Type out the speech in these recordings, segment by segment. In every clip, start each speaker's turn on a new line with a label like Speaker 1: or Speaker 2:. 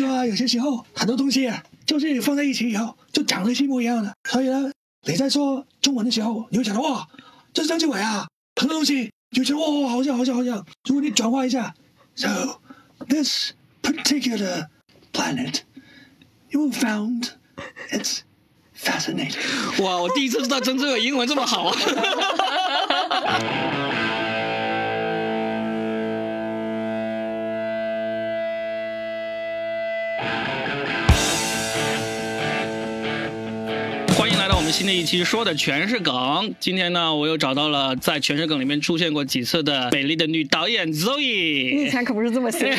Speaker 1: 呢，有些时候很多东西啊，就是放在一起以后就长得是一模一样的。所以呢，你在说中文的时候，你会想到哇，这是张志伟啊，很多东西你会觉得哇，好像好像好像。如果你转化一下，So this particular planet, you will found it's fascinating。
Speaker 2: 哇，我第一次知道曾志伟英文这么好啊！欢迎来到我们新的一期，说的全是梗。今天呢，我又找到了在《全是梗》里面出现过几次的美丽的女导演 Zoe。
Speaker 3: 你以前可不是这么形容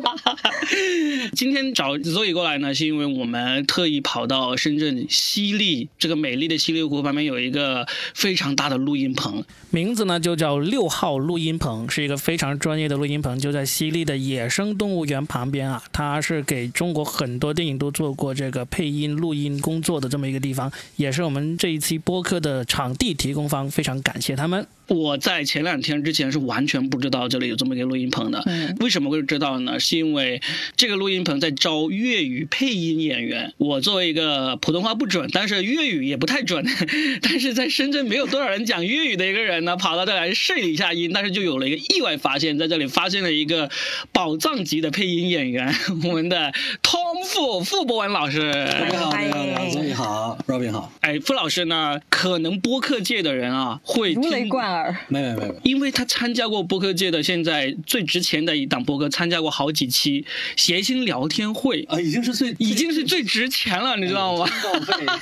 Speaker 3: 的。
Speaker 2: 今天找 Zoe 过来呢，是因为我们特意跑到深圳西丽这个美丽的西丽湖旁边有一个非常大的录音棚，
Speaker 4: 名字呢就叫六号录音棚，是一个非常专业的录音棚，就在西丽的野生动物园旁边啊。它是给中国很多电影都做过这个配音录音工作的这么一个地方，也是我们这一期播客的场地提供方，非常感谢他们。
Speaker 2: 我在前两天之前是完全不知道这里有这么一个录音棚的，
Speaker 3: 嗯
Speaker 2: 为什么会知道呢？是因为这个录音棚在招粤语配音演员。我作为一个普通话不准，但是粤语也不太准， 但是在深圳没有多少人讲粤语的一个人呢，跑到这来试了一下音，但是就有了一个意外发现，在这里发现了一个宝藏级的配音演员，我们的通富傅博文老师。
Speaker 3: 大家好
Speaker 1: 大
Speaker 3: 大
Speaker 1: 家哎
Speaker 3: 家
Speaker 1: 好，
Speaker 3: 好
Speaker 1: 大
Speaker 3: 大
Speaker 1: 家好，
Speaker 3: 家好
Speaker 1: 所
Speaker 3: 所
Speaker 1: 以
Speaker 3: 以
Speaker 1: 好，Robin 好，
Speaker 2: 哎，傅老师呢，可能播客界的人啊会
Speaker 3: 如雷
Speaker 2: 听
Speaker 3: 贯耳，
Speaker 1: 没没没没。
Speaker 2: 因为他参加过播客界的现在最值钱的一档播客，参加过好几期谐星聊天会，
Speaker 1: 啊，已经是最
Speaker 2: 已经是最值钱了，你知道吗？
Speaker 1: 报废，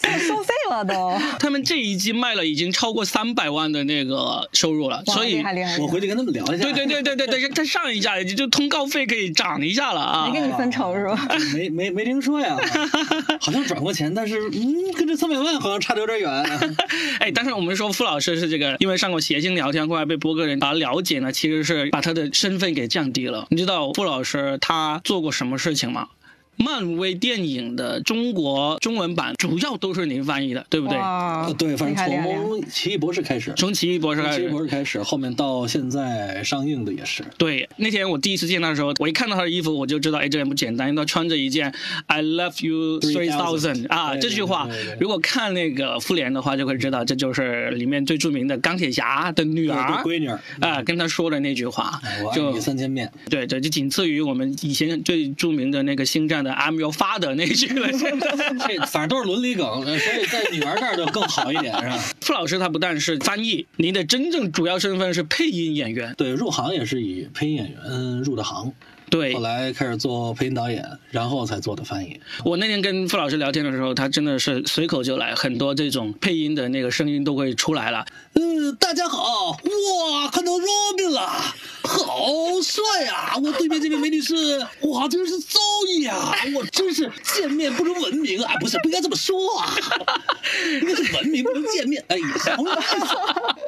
Speaker 3: 现在收费了都，
Speaker 2: 他们这一季卖了已经超过三百万的那个收入了，
Speaker 3: 哇
Speaker 2: 所以
Speaker 3: 厉害厉害，
Speaker 1: 我回去跟他们聊一下。
Speaker 2: 对对对对对对，他上一下就通告费可以涨一下了啊
Speaker 3: 没。给你分 成是吧？
Speaker 1: 哦没没没听说呀，好像转过钱，但是嗯，跟这三百万好像差的有点远。
Speaker 2: 哎，但是我们说傅老师是这个，因为上过谐星聊天会被播客人把他了解呢，其实是把他的身份给降低了。你知道傅老师他做过什么事情吗？漫威电影的中国中文版主要都是您翻译的，对不对？
Speaker 3: 哇
Speaker 1: 啊，对，反
Speaker 3: 厉
Speaker 1: 正
Speaker 3: 害厉害厉害
Speaker 1: 从《奇异博士》开始，
Speaker 2: 从奇异博士
Speaker 1: 从
Speaker 2: 开
Speaker 1: 《奇异
Speaker 2: 始
Speaker 1: 博。士》开始，后面到现在上映的也是。
Speaker 2: 对，那天我第一次见他的时候，我一看到他的衣服，我就知道，哎，这人不简单，因为他穿着一件 "I love you three
Speaker 1: 3000
Speaker 2: thousand" 啊，
Speaker 1: 对
Speaker 2: 这句话
Speaker 1: 对对对对，
Speaker 2: 如果看那个复联的话，就会知道，这就是里面最著名的钢铁侠的女
Speaker 1: 有个
Speaker 2: 儿
Speaker 1: 闺女儿，
Speaker 2: 啊，跟他说的那句话
Speaker 1: 哎我，爱
Speaker 2: 就
Speaker 1: 你三千遍。
Speaker 2: 对对，就仅次于我们以前最著名的那个星战的 "I'm your father" 那一句了。 现在
Speaker 1: 这反正都是伦理梗，所以在女儿这儿就更好一点，是吧？
Speaker 2: 傅老师他不但是翻译，您的真正主要身份是配音演员。
Speaker 1: 对，入行也是以配音演员入的行，
Speaker 2: 对
Speaker 1: 后来开始做配音导演，然后才做的翻译。
Speaker 2: 我那天跟傅老师聊天的时候，他真的是随口就来，很多这种配音的那个声音都会出来 了。
Speaker 1: 嗯，大家好，哇，看到 Robin 了，好帅啊！我对面这位美女是，哇，真是周易啊！我真是见面不如文明啊，不是不应该这么说啊， 应该是文明不如见面。哎呀，好有意思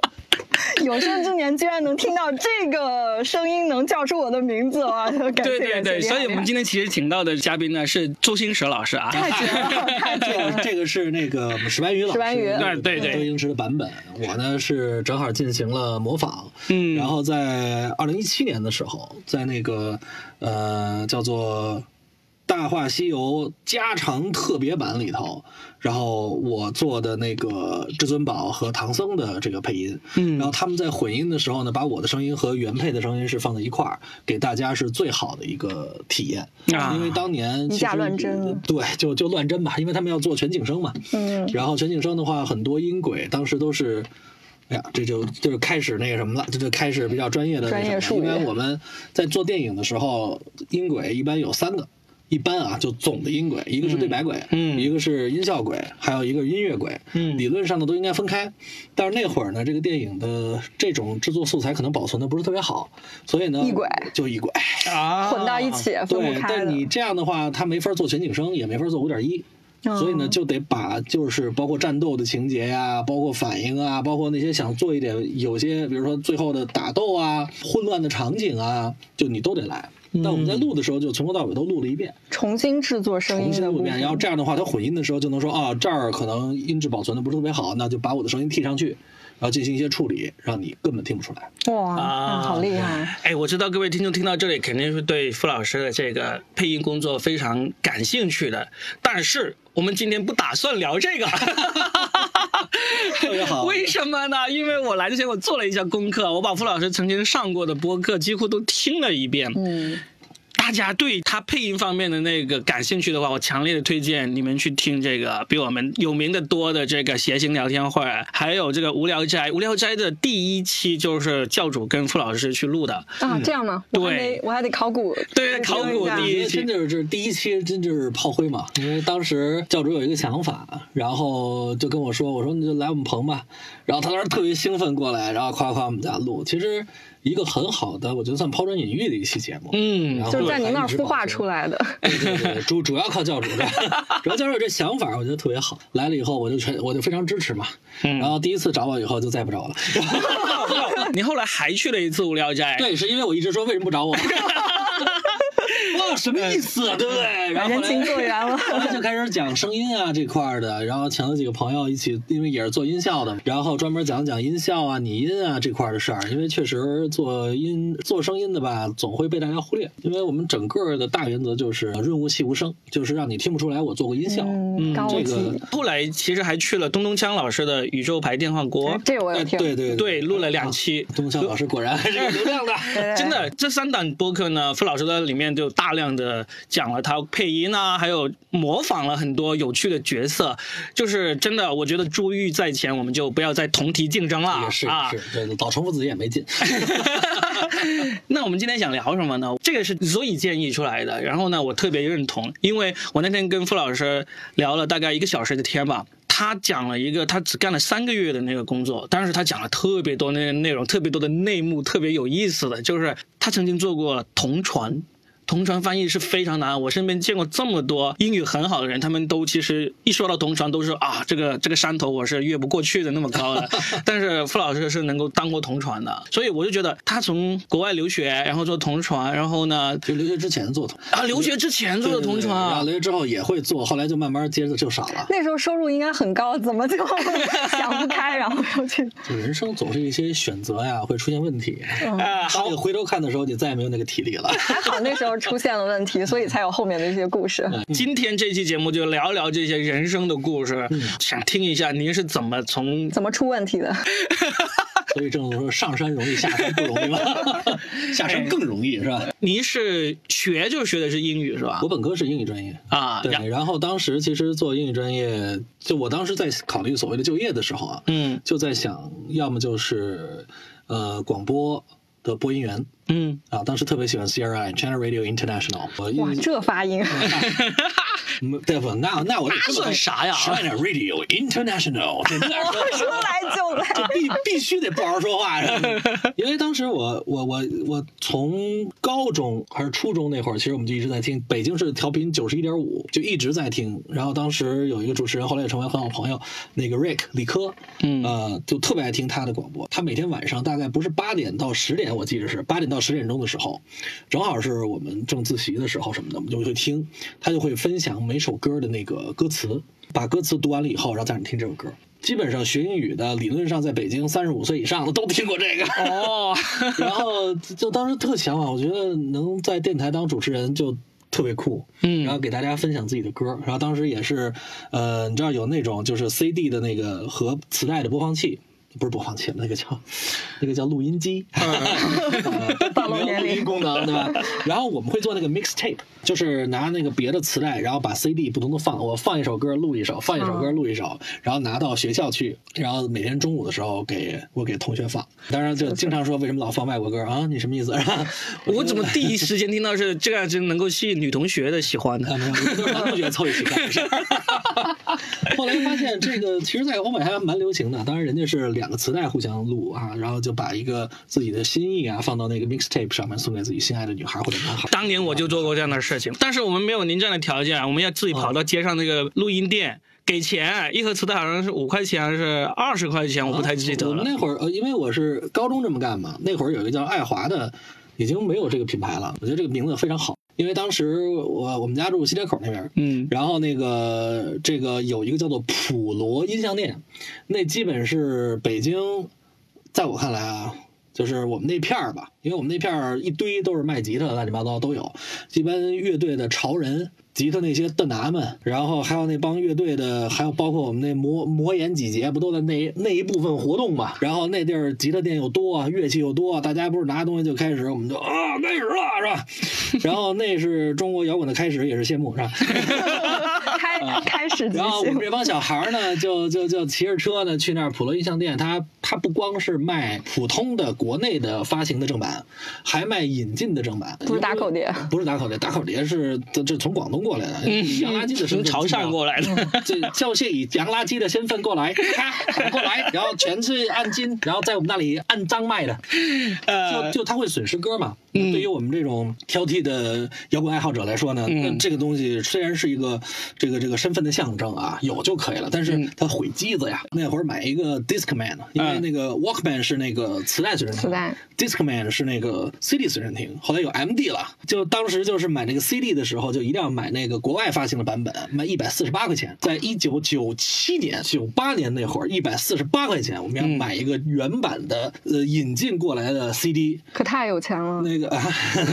Speaker 3: 有生之年居然能听到这个声音，能叫出我的名字哇！感谢
Speaker 2: 对对对，所以我们今天其实请到的嘉宾呢是周星驰老师啊。
Speaker 3: 太绝了，太
Speaker 1: 这
Speaker 3: 绝了！
Speaker 1: 个这个是那个石白鱼老师
Speaker 3: 石白鱼
Speaker 2: 对哎对对
Speaker 1: 周星驰的版本，我呢是正好进行了模仿，
Speaker 2: 嗯
Speaker 1: 然后在二零一七年的时候，在那个呃叫做。《大话西游》加长特别版里头，然后我做的那个至尊宝和唐僧的这个配音，
Speaker 2: 嗯
Speaker 1: 然后他们在混音的时候呢，把我的声音和原配的声音是放在一块儿，给大家是最好的一个体验。
Speaker 2: 啊
Speaker 1: 因为当年
Speaker 3: 以
Speaker 1: 其
Speaker 3: 假
Speaker 1: 实
Speaker 3: 乱真啊了
Speaker 1: 对，就就乱真吧，因为他们要做全景声嘛。
Speaker 3: 嗯，
Speaker 1: 然后全景声的话，很多音轨当时都是，哎呀，这就就是开始那个什么了，这就开始比较专业的那
Speaker 3: 专业
Speaker 1: 什么
Speaker 3: 术语
Speaker 1: 了一般我们在做电影的时候，音轨一般有三个。一般啊，就总的音轨，一个是对白轨，
Speaker 2: 嗯
Speaker 1: 一个是音效轨，还有一个音乐轨，
Speaker 2: 嗯
Speaker 1: 理论上呢都应该分开。但是那会儿呢，这个电影的这种制作素材可能保存的不是特别好，所以呢，
Speaker 3: 一轨
Speaker 1: 就一轨，
Speaker 2: 啊
Speaker 3: 嗯混到一。起分不
Speaker 1: 对，
Speaker 3: 开
Speaker 1: 但
Speaker 3: 的
Speaker 1: 你，这样的话，他没法做全景声，也没法做五点一。
Speaker 3: 嗯
Speaker 1: 所以呢，就得把就是包括战斗的情节呀、包括反应啊，包括那些想做一点有些，比如说最后的打斗啊、混乱的场景啊，就你都得来。
Speaker 3: 嗯
Speaker 1: 但我们在录的时候，就从头到尾都录了一遍，
Speaker 3: 重新制作声
Speaker 1: 重
Speaker 3: 音
Speaker 1: 新
Speaker 3: 的
Speaker 1: 录
Speaker 3: 部
Speaker 1: 一遍。然后
Speaker 3: 分，
Speaker 1: 这样的话，它混音的时候就能说啊，这儿可能音质保存的不是特别好，那就把我的声音替上去，然后进行一些处理，让你根本听不出来。
Speaker 3: 哇，那啊好厉害！
Speaker 2: 啊哎，我知道各位听众听到这里肯定是对傅老师的这个配音工作非常感兴趣的，但是我们今天不打算聊这个。
Speaker 1: 特别好
Speaker 2: 为什么呢？因为我来之前我做了一下功课，我把傅老师曾经上过的播客几乎都听了一遍。
Speaker 3: 嗯，
Speaker 2: 大家对他配音方面的那个感兴趣的话，我强烈的推荐你们去听这个比我们有名的多的这个谐星聊天会，还有这个无聊斋。无聊斋的第一期就是教主跟傅老师去录的，
Speaker 3: 啊，这样吗？我还
Speaker 2: 对
Speaker 3: 得我还得考古，
Speaker 2: 对考古
Speaker 3: 一下
Speaker 2: 第一
Speaker 1: 因为 真就是就是第一期真就是炮灰嘛，因为当时教主有一个想法，然后就跟我说，我说你就来我们棚吧，然后他当时特别兴奋过来，然后夸夸我们家录，其实一个很好的，我觉得算抛砖引玉的一期节目，
Speaker 2: 嗯
Speaker 1: 然后
Speaker 3: 就是在您那儿孵化
Speaker 1: 来。
Speaker 3: 出来的。
Speaker 1: 对对对，主主要靠教主的， 主要教主这想法我觉得特别好。来了以后，我就全我就非常支持嘛。然后第一次找我以后就再不找我了。
Speaker 2: 你后来还去了一次无聊斋，
Speaker 1: 对，是因为我一直说为什么不找我。 哇，什么意思啊？对不对？然后后
Speaker 3: 人
Speaker 1: 来
Speaker 3: 情做圆了，
Speaker 1: 后来就开始讲声音啊这块儿的，然后请了几个朋友一起，因为也是做音效的，然后专门讲讲音效啊、拟音啊这块儿的事儿。因为确实做音做声音的吧，总会被大家忽略。因为我们整个的大原则就是润物细无声，就是让你听不出来我做过音效。哎
Speaker 3: 嗯，高
Speaker 1: 这个
Speaker 3: 级，
Speaker 2: 后来其实还去了东东锵老师的宇宙牌电话锅，
Speaker 3: 这个我有
Speaker 1: 哎
Speaker 3: 听。
Speaker 1: 对对
Speaker 2: 对，录了两啊期。
Speaker 1: 东晓老师果然还是有流 量的。
Speaker 3: 对对
Speaker 2: 真的，这三档播客呢，傅老师在里面就大量的讲了他配音啊，还有模仿了很多有趣的角色，就是真的，我觉得珠玉在前，我们就不要再同题竞争了
Speaker 1: 也是
Speaker 2: 啊
Speaker 1: 也。是，对，老重复自己也没 劲。
Speaker 2: 那我们今天想聊什么呢？这个是所以建议出来的，然后呢，我特别认同，因为我那天跟傅老师聊了大概一个小时的天吧。他讲了一个他只干了三个月的那个工作，但是他讲了特别多那个内容，特别多的内幕，特别有意思的，就是他曾经做过同传，同传翻译是非常难。我身边见过这么多英语很好的人，他们都其实一说到同传都是啊，这个这个山头我是越不过去的那么高的。但是傅老师是能够当过同传的，所以我就觉得他从国外留学，然后做同传，然后呢
Speaker 1: 就留学之前做同，
Speaker 2: 啊留学之前做的同传
Speaker 1: 然后
Speaker 2: 啊，
Speaker 1: 留学之后也会做，后来就慢慢接着就少了。
Speaker 3: 那时候收入应该很高，怎么就想不开，然后又去？
Speaker 1: 就人生总是一些选择呀，会出现问题。
Speaker 2: 啊 好
Speaker 1: 当你回头看的时候，你再也没有那个体力 了。
Speaker 3: 还好那时候出现了问题，所以才有后面的一些故事。
Speaker 2: 今天这期节目就聊聊这些人生的故事，想听一下您是怎么从
Speaker 3: 怎么出问题的？
Speaker 1: 所以正如说，上山容易，下山不容易 嘛，下山更容易是吧？
Speaker 2: 您是学就学的是英语是吧
Speaker 1: 我？本科是英语专业，
Speaker 2: 啊，然
Speaker 1: 对，然后当时其实做英语专业，就我当时在考虑所谓的就业的时候啊，
Speaker 2: 嗯
Speaker 1: 就在想，要么就是呃广播的播音员
Speaker 2: 嗯，
Speaker 1: 啊，当时特别喜欢 CRI China Radio International，我
Speaker 3: 哇，
Speaker 1: 印
Speaker 3: 这发音，
Speaker 2: 嗯
Speaker 1: 嗯对吧？那那我得
Speaker 2: 那算啥呀
Speaker 1: ？China Radio International，这那
Speaker 3: 我说来就来。
Speaker 1: 必必须得不好好说话，是吧因为当时我我我我从高中还是初中那会儿，其实我们就一直在听北京市调频九十一点五，就一直在听。然后当时有一个主持人，后来也成为很好朋友，那个 Rick 李科，
Speaker 2: 嗯
Speaker 1: 呃，就特别爱听他的广播。他每天晚上大概不是八点到十点，我记得是八点到十点钟的时候，正好是我们正自习的时候什么的，我们就会听，他就会分享每首歌的那个歌词，把歌词读完了以后，然后再让你听这首歌。基本上学英语的，理论上在北京三十五岁以上的都听过这个。
Speaker 2: 哦，
Speaker 1: 然后就就当时特向往，我觉得能在电台当主持人就特别酷，
Speaker 2: 嗯
Speaker 1: 然后给大家分享自己的歌，然后当时也是，呃，你知道有那种就是 CD 的那个和磁带的播放器。不是播放器，那个叫那个叫录音机，呃
Speaker 3: 暴露
Speaker 1: 没有
Speaker 3: 年
Speaker 1: 录
Speaker 3: 龄
Speaker 1: 音功能，对吧？然后我们会做那个 mixtape，就是拿那个别的磁带，然后把 CD 不同的放，我放一首歌录一首，放一首歌录一首，然后拿到学校去，然后每天中午的时候给我给同学放。当然就经常说为什么老放外国歌啊？你什么意思？
Speaker 2: 我怎么第一时间听到是这样就能够吸引女同学的喜欢呢？
Speaker 1: 啊，没有，都是男同学凑一起干的事儿。后来发现这个其实，在欧美还蛮流行的。当然，人家是两个磁带互相录啊，然后就把一个自己的心意啊放到那个 mixtape 上面，送给自己心爱的女孩或者男孩。
Speaker 2: 当年我就做过这样的事情，但是我们没有您这样的条件，啊我们要自己跑到街上那个录音店给钱，一盒磁带好像是五块钱还是二十块钱，我不太记得
Speaker 1: 我们
Speaker 2: 了。
Speaker 1: 那会儿，呃，因为我是高中这么干嘛，那会儿有一个叫爱华的，已经没有这个品牌了。我觉得这个名字非常好，因为当时我我们家住西街口那边，
Speaker 4: 嗯
Speaker 1: 然后那个这个有一个叫做普罗音像店，那基本是北京，在我看来啊，就是我们那片儿吧，因为我们那片儿一堆都是卖吉他的，乱七八糟都有，一般乐队的潮人。吉他那些邓达们，然后还有那帮乐队的，还有包括我们那魔魔岩几节，不都在那那一部分活动嘛？然后那地儿吉他店又多啊，乐器又多啊，大家不是拿东西就开始，我们就啊开始了是吧？然 后那是中国摇滚的开始，也是谢幕是吧？
Speaker 3: 开开始 即
Speaker 1: 然后我们
Speaker 3: 兴，
Speaker 1: 这帮小孩儿呢，就就就骑着车呢去那儿普罗音像店，他他不光是卖普通的国内的发行的正版，还卖引进的正版，
Speaker 3: 不是打口碟，嗯
Speaker 1: 不是打口碟，打口碟是这这从广东过来的，以洋垃 圾的身份
Speaker 2: 从潮汕过
Speaker 1: 来，
Speaker 2: 来的。
Speaker 1: 这教谢以洋垃圾的身份过来，咔打过来，然后全是按斤，然后在我们那里按张卖的，就
Speaker 2: 呃，
Speaker 1: 就他会损失歌嘛。
Speaker 2: 嗯
Speaker 1: 对于我们这种挑剔的摇滚爱好者来说呢，
Speaker 2: 嗯
Speaker 1: 那这个东西虽然是一个这个这个身份的象征啊，有就可以了，但是它毁机子呀。那会儿买一个 Discman，因为
Speaker 2: 嗯
Speaker 1: 那个 Walkman 是那个磁带随身听，
Speaker 3: 磁带
Speaker 1: Discman 是那个 CD 随身听，后来有 MD 了。就当时就是买那个 CD 的时候，就一定要买那个国外发行的版本，卖一百四十八块钱。在一九九七年、九八年那会儿，一百四十八块钱，我们要买一个原版的，呃，引进过来的 CD。
Speaker 3: 可太有钱了，
Speaker 1: 那个啊，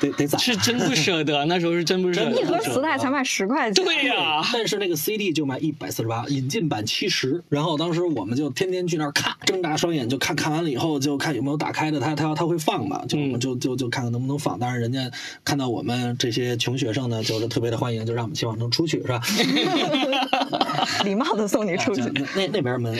Speaker 1: 得得攒。
Speaker 2: 是真不舍得，那时候是真不舍
Speaker 1: 真
Speaker 2: 得
Speaker 1: 不
Speaker 3: 一。盒磁 带才卖十块钱，
Speaker 2: 对呀、
Speaker 1: 但是那个 CD 就卖一百四十八，引进版七十。然后当时我们就天天去那儿看，睁大双眼就看看完了以后，就看有没有打开的，他他要他会放嘛，就我们就就就看看能不能放。当然，人家看到我们这些穷学生呢，就是特别的欢迎，就让我们希望能出去，是吧？
Speaker 3: 礼貌的送你出去
Speaker 1: 啊就。那那那边门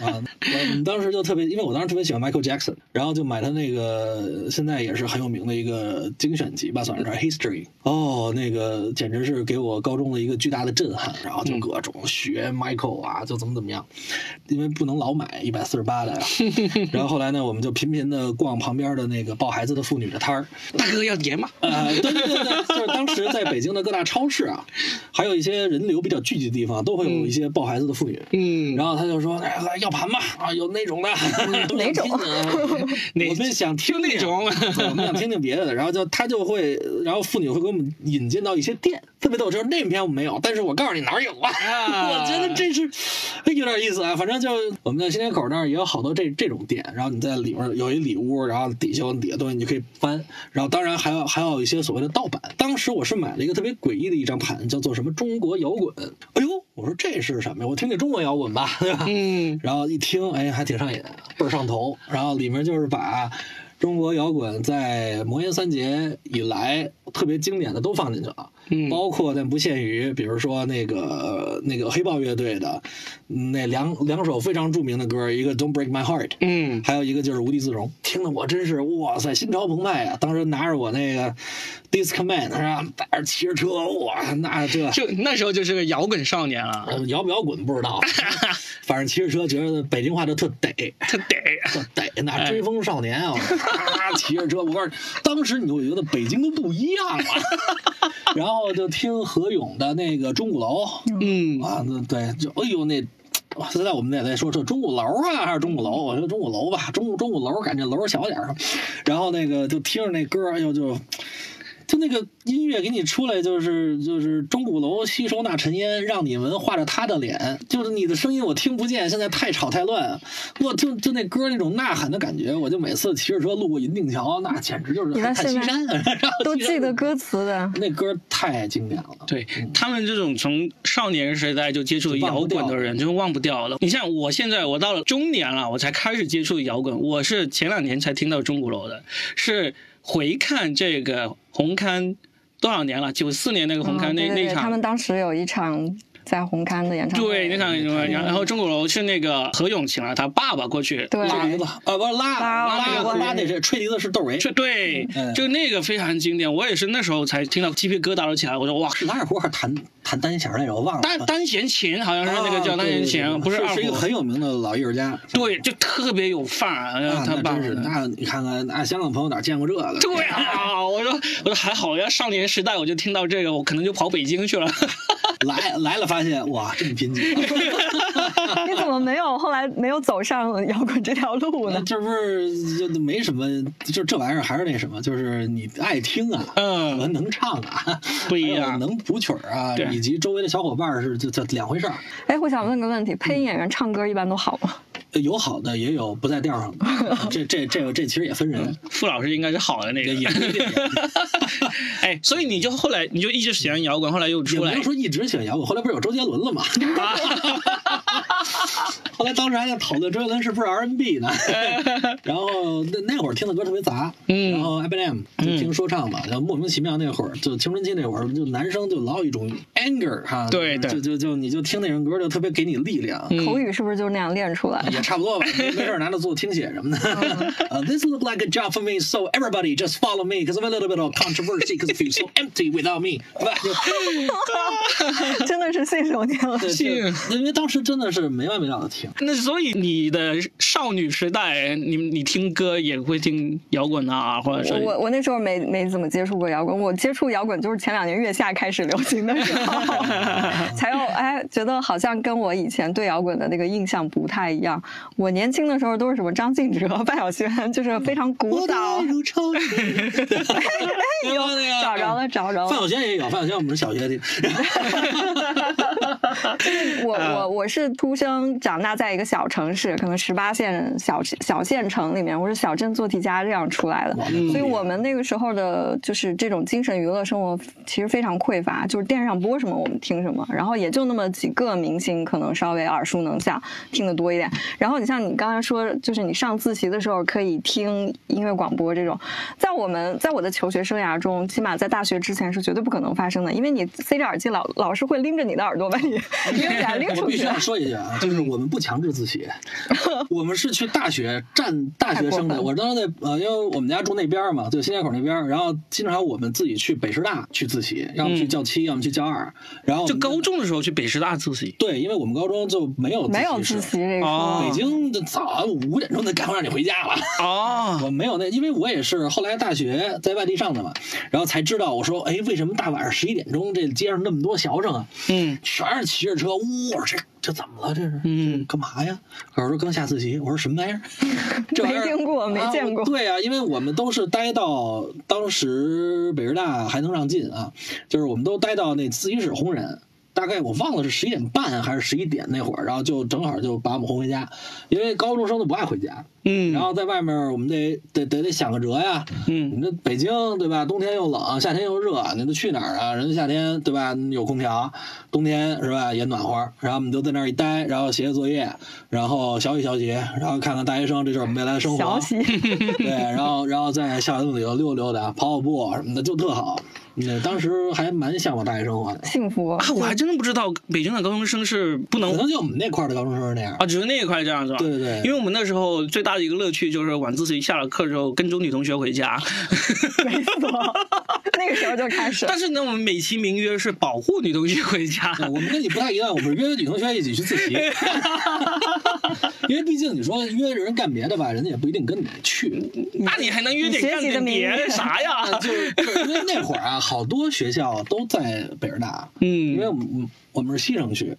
Speaker 1: 啊，我们当时就特别，因为我当时特别喜欢 Michael Jackson，然后就买他那个现在也是很有名的一个精选集吧，算是 History。哦，那个简直是给我高中的一个巨大的震撼，然后就各种学 Michael 啊，就怎么怎么样，因为不能老买一百四十八的呀。然后后来呢，我们就频频的逛旁边的那个抱孩子的妇女的摊儿。
Speaker 2: 大哥要爷嘛，
Speaker 1: 啊，对对对对，就是当时在北京的各大超市啊，还有一些人流比较聚集的地方，都会有一些抱孩子的妇女。
Speaker 2: 嗯
Speaker 1: 然后他就说：“哎，来要盘吧，啊，有那种的，
Speaker 3: 哪种
Speaker 1: 啊 哪嗯我们想听
Speaker 2: 就那
Speaker 1: 听
Speaker 2: 种
Speaker 1: 对我们想听听别的的。”然后就他就会，然后妇女会给我们引进到一些店，特别逗。就是那篇我没有，但是我告诉你哪儿有啊。
Speaker 2: 啊
Speaker 1: 我觉得这是哎有点意思啊。反正就我们在新街口那儿也有好多这这种店，然后你在里面有一里屋，然后底下有底下东西你就可以翻，然后当然还有还有一些所谓的盗版。当时我是买了一个特别诡异的一张盘，叫做什么中国摇滚。哎呦，我说这是什么呀？我听听中国摇滚吧，对吧？
Speaker 2: 嗯，
Speaker 1: 然后一听，哎，还挺上瘾，倍儿上头。然后里面就是把中国摇滚在魔岩三杰以来特别经典的都放进去了，
Speaker 2: 嗯
Speaker 1: 包括但不限于，比如说那个那个黑豹乐队的那两两首非常著名的歌，一个《Don't Break My Heart》，
Speaker 2: 嗯，
Speaker 1: 还有一个就是《无地自容》，听得我真是哇塞，心潮澎湃啊！当时拿着我那个 Discman 是吧，带着骑着车，哇，那这
Speaker 2: 就那时候就是个摇滚少年了，
Speaker 1: 呃摇不摇滚不知道，反正骑着车觉得北京话就特得。
Speaker 2: 他得
Speaker 1: 这得那追风少年啊，咔骑着车，我告诉你，当时你就觉得北京都不一样了。然后就听何勇的那个《钟鼓楼》，
Speaker 2: 嗯
Speaker 1: 啊，那对，就哎呦那。哇现在我们也在说这钟鼓楼啊，还是钟鼓楼？我说钟鼓楼吧，钟鼓钟鼓楼，感觉楼小点儿。啊然后那个就听着那歌，哎呦就，就那个音乐给你出来，就是就是钟鼓楼吸收那尘烟，让你闻画着他的脸，就是你的声音我听不见，现在太吵太乱。我就就那歌那种呐喊的感觉，我就每次骑着车路过银锭桥，那简直就是
Speaker 3: 你看
Speaker 1: 看西
Speaker 3: 现在
Speaker 1: 山，啊然后
Speaker 3: 都
Speaker 1: 西
Speaker 3: 记
Speaker 1: 山
Speaker 3: 得歌词的，
Speaker 1: 那歌太经典了。
Speaker 2: 对他们这种从少年时代就接触摇滚的人，就忘不掉了。你像我现在，我到了中年了，我才开始接触摇滚。我是前两年才听到钟鼓楼的，是回看这个红磡多少年了？九四年那个红
Speaker 3: 啊
Speaker 2: 磡那、
Speaker 3: 对对
Speaker 2: 那
Speaker 3: 对他
Speaker 2: 场
Speaker 3: 们。当时有一场在红磡的演唱
Speaker 2: 对，
Speaker 3: 会，
Speaker 2: 那场然后钟鼓楼是那个何勇请了他爸爸过去，
Speaker 3: 对
Speaker 1: 吹笛子啊，不是拉
Speaker 3: 拉
Speaker 1: 拉
Speaker 3: 拉
Speaker 1: 拉那是吹笛子是窦唯，
Speaker 2: 是对
Speaker 1: 嗯，
Speaker 2: 就那个非常经典，我也是那时候才听到鸡皮疙瘩都起来，我 说哇，
Speaker 1: 是哪尔胡还弹弹单弦来着？我忘了。
Speaker 2: 单单弦琴好像是那个叫
Speaker 1: 啊
Speaker 2: 单
Speaker 1: 对对
Speaker 2: 弦
Speaker 1: 对
Speaker 2: 琴，不
Speaker 1: 是
Speaker 2: 二
Speaker 1: 是一个
Speaker 2: 胡
Speaker 1: 很有名的老艺术家。
Speaker 2: 对，就特别有范儿，
Speaker 1: 啊，
Speaker 2: 他
Speaker 1: 那
Speaker 2: 爸
Speaker 1: 真是，那你看看，那香港朋友哪见过这个？
Speaker 2: 对啊，我说我说还好，要少年时代我就听到这个，我可能就跑北京去了。
Speaker 1: 来来了发现哇，这么贫瘠、
Speaker 3: 你怎么没有后来没有走上摇滚这条路呢？
Speaker 1: 这不是就没什么，就这玩意儿还是那什么，就是你爱听啊，和
Speaker 2: 嗯，
Speaker 1: 能唱 啊
Speaker 2: 不一样
Speaker 1: 还有能谱曲儿啊
Speaker 2: 哎对，
Speaker 1: 以及周围的小伙伴儿是这这两回事儿。
Speaker 3: 哎，我想问个问题，配音演员唱歌一般都好吗？
Speaker 1: 有好的，也有不在调上 的，这这这个这其实也分人，
Speaker 2: 傅老师应该是好的那个
Speaker 1: 也也不一定，
Speaker 2: 哎，所以你就后来你就一直喜欢摇滚，后来又
Speaker 1: 也
Speaker 2: 出
Speaker 1: 不
Speaker 2: 来
Speaker 1: 能说一直喜欢摇滚。后来不是有周杰伦了嘛？
Speaker 2: 啊，
Speaker 1: 后来当时还在讨论周杰伦是不是 R&B 呢， 然后那那会儿听的歌特别杂，
Speaker 2: 嗯
Speaker 1: 然后 Eminem 就听说唱嘛，然后莫名其妙那会儿就青春期那会儿，就男生就老有一种 anger 哈，
Speaker 2: 对对
Speaker 1: 就就就你就听那种歌就特别给你力量，
Speaker 2: 嗯
Speaker 3: 口语是不是就是那样练出来的？
Speaker 1: 也 差不多吧，没没事儿拿着做听写什么的。呃 This look like a job for me, so everybody just follow me, because I'm a little bit of controversy, because feel so empty without me，对吧？
Speaker 3: 真的是信手 拈来。
Speaker 1: 就就因为当时真的是没完没了的听，
Speaker 2: 那所以你的少女时代，你你听歌也会听摇滚啊，或者
Speaker 3: 我
Speaker 2: 说
Speaker 3: 我我那时候没没怎么接触过摇滚，我接触摇滚就是前两年月下开始流行的时 候，才有哎觉得好像跟我以前对摇滚的那个印象不太一样。我年轻的时候都是什么张信哲、 范晓萱，就是非常
Speaker 1: 哦
Speaker 3: 古早。
Speaker 1: 如潮水。
Speaker 3: 哎呦，找着了，找着
Speaker 1: 嗯范晓
Speaker 3: 了。
Speaker 1: 萱也有，范晓萱我们是小学的，
Speaker 3: 我
Speaker 1: 嗯
Speaker 3: 我我是出生长大在一个小城市，可能十八线小小县城里面，我是小镇做题家这样出来的。
Speaker 1: 哇那不
Speaker 3: 所以
Speaker 1: 一样
Speaker 3: 我们那个时候的，就是这种精神娱乐生活其实非常匮乏，就是电视上播什么我们听什么，然后也就那么几个明星可能稍微耳熟能详，听得多一点。然后你像你刚才说，就是你上自习的时候可以听音乐广播这种，在我们在我的求学生涯中，起码在大学之前是绝对不可能发生的，因为你塞着耳机老老师会拎着你的耳朵把你 拎起来拎
Speaker 1: 哎我
Speaker 3: 出
Speaker 1: 必须
Speaker 3: 去。
Speaker 1: 要说一句啊，就是我们不强制自 习，我们是去大学占大学生
Speaker 3: 太过分
Speaker 1: 的。
Speaker 3: 了
Speaker 1: 我当时在呃，因为我们家住那边儿嘛，就新街口那边儿，然后经常我们自己去北师大去自习，要
Speaker 3: 嗯
Speaker 1: 么去教七，要么去教二，然后我
Speaker 2: 就
Speaker 1: 们
Speaker 2: 高中的时候去北师大自习，
Speaker 1: 对，因为我们高中就没有
Speaker 3: 没有
Speaker 1: 习室
Speaker 3: 自习。这个，
Speaker 2: 哦
Speaker 1: 北京的早五点钟就赶快让你回家了，
Speaker 2: 哦，
Speaker 1: 我没有那，因为我也是后来大学在外地上的嘛，然后才知道我说，哎，为什么大晚上十一点钟这街上那么多学生啊？
Speaker 2: 嗯
Speaker 1: 全是骑着车，呜，我说这这怎么了？这是
Speaker 2: 嗯
Speaker 1: 干嘛呀？老师说刚下自习，我说什么玩意儿？ 这玩意儿
Speaker 3: 没听过，没见过
Speaker 1: 啊。对啊，因为我们都是待到当时北师大还能让进啊，就是我们都待到那自习室轰人。大概我忘了是十一点半还是十一点那会儿，然后就正好就把我们轰回家，因为高中生都不爱回家，
Speaker 2: 嗯，
Speaker 1: 然后在外面我们得得得得想个辙呀，
Speaker 2: 嗯
Speaker 1: 你这北京对吧？冬天又冷，夏天又热，你都去哪儿啊？人家夏天对吧？有空调，冬天是吧也暖和，然后我们就在那儿一待，然后写写作业，然后学习学习，然后看看大学生，这就是我们未来的生
Speaker 3: 小
Speaker 1: 活。
Speaker 3: 喜，
Speaker 1: 对，然后然后在校园里头溜达溜达，跑跑步什么的，就特好。那当时还蛮向往大学生活的，
Speaker 3: 幸福
Speaker 2: 啊，。我还真的不知道北京的高中生是不
Speaker 1: 可
Speaker 2: 能
Speaker 1: 能就我们那块儿的高中生是那样
Speaker 2: 啊，。只是那一块这样是吧？
Speaker 1: 对对对
Speaker 2: 因为我们那时候最大的一个乐趣就是晚自习下了课之后跟踪女同学回家，
Speaker 3: 没错， 那个时候就开始。
Speaker 2: 但是呢，我们美其名曰是保护女同学回家。
Speaker 3: 嗯
Speaker 1: 对我们跟你不太一样，我们是约女同学一起去自习， 因为毕竟你说约着人干别的吧，人家也不一定跟你去。
Speaker 2: 那你还能约
Speaker 3: 你
Speaker 2: 点
Speaker 3: 学
Speaker 2: 干
Speaker 3: 习的
Speaker 2: 点
Speaker 3: 名
Speaker 2: 别的
Speaker 3: 义
Speaker 2: 啥呀？
Speaker 1: 就是就是因为那会儿啊，好多学校都在北师大，因为
Speaker 2: 嗯
Speaker 1: 我们我们是西城区，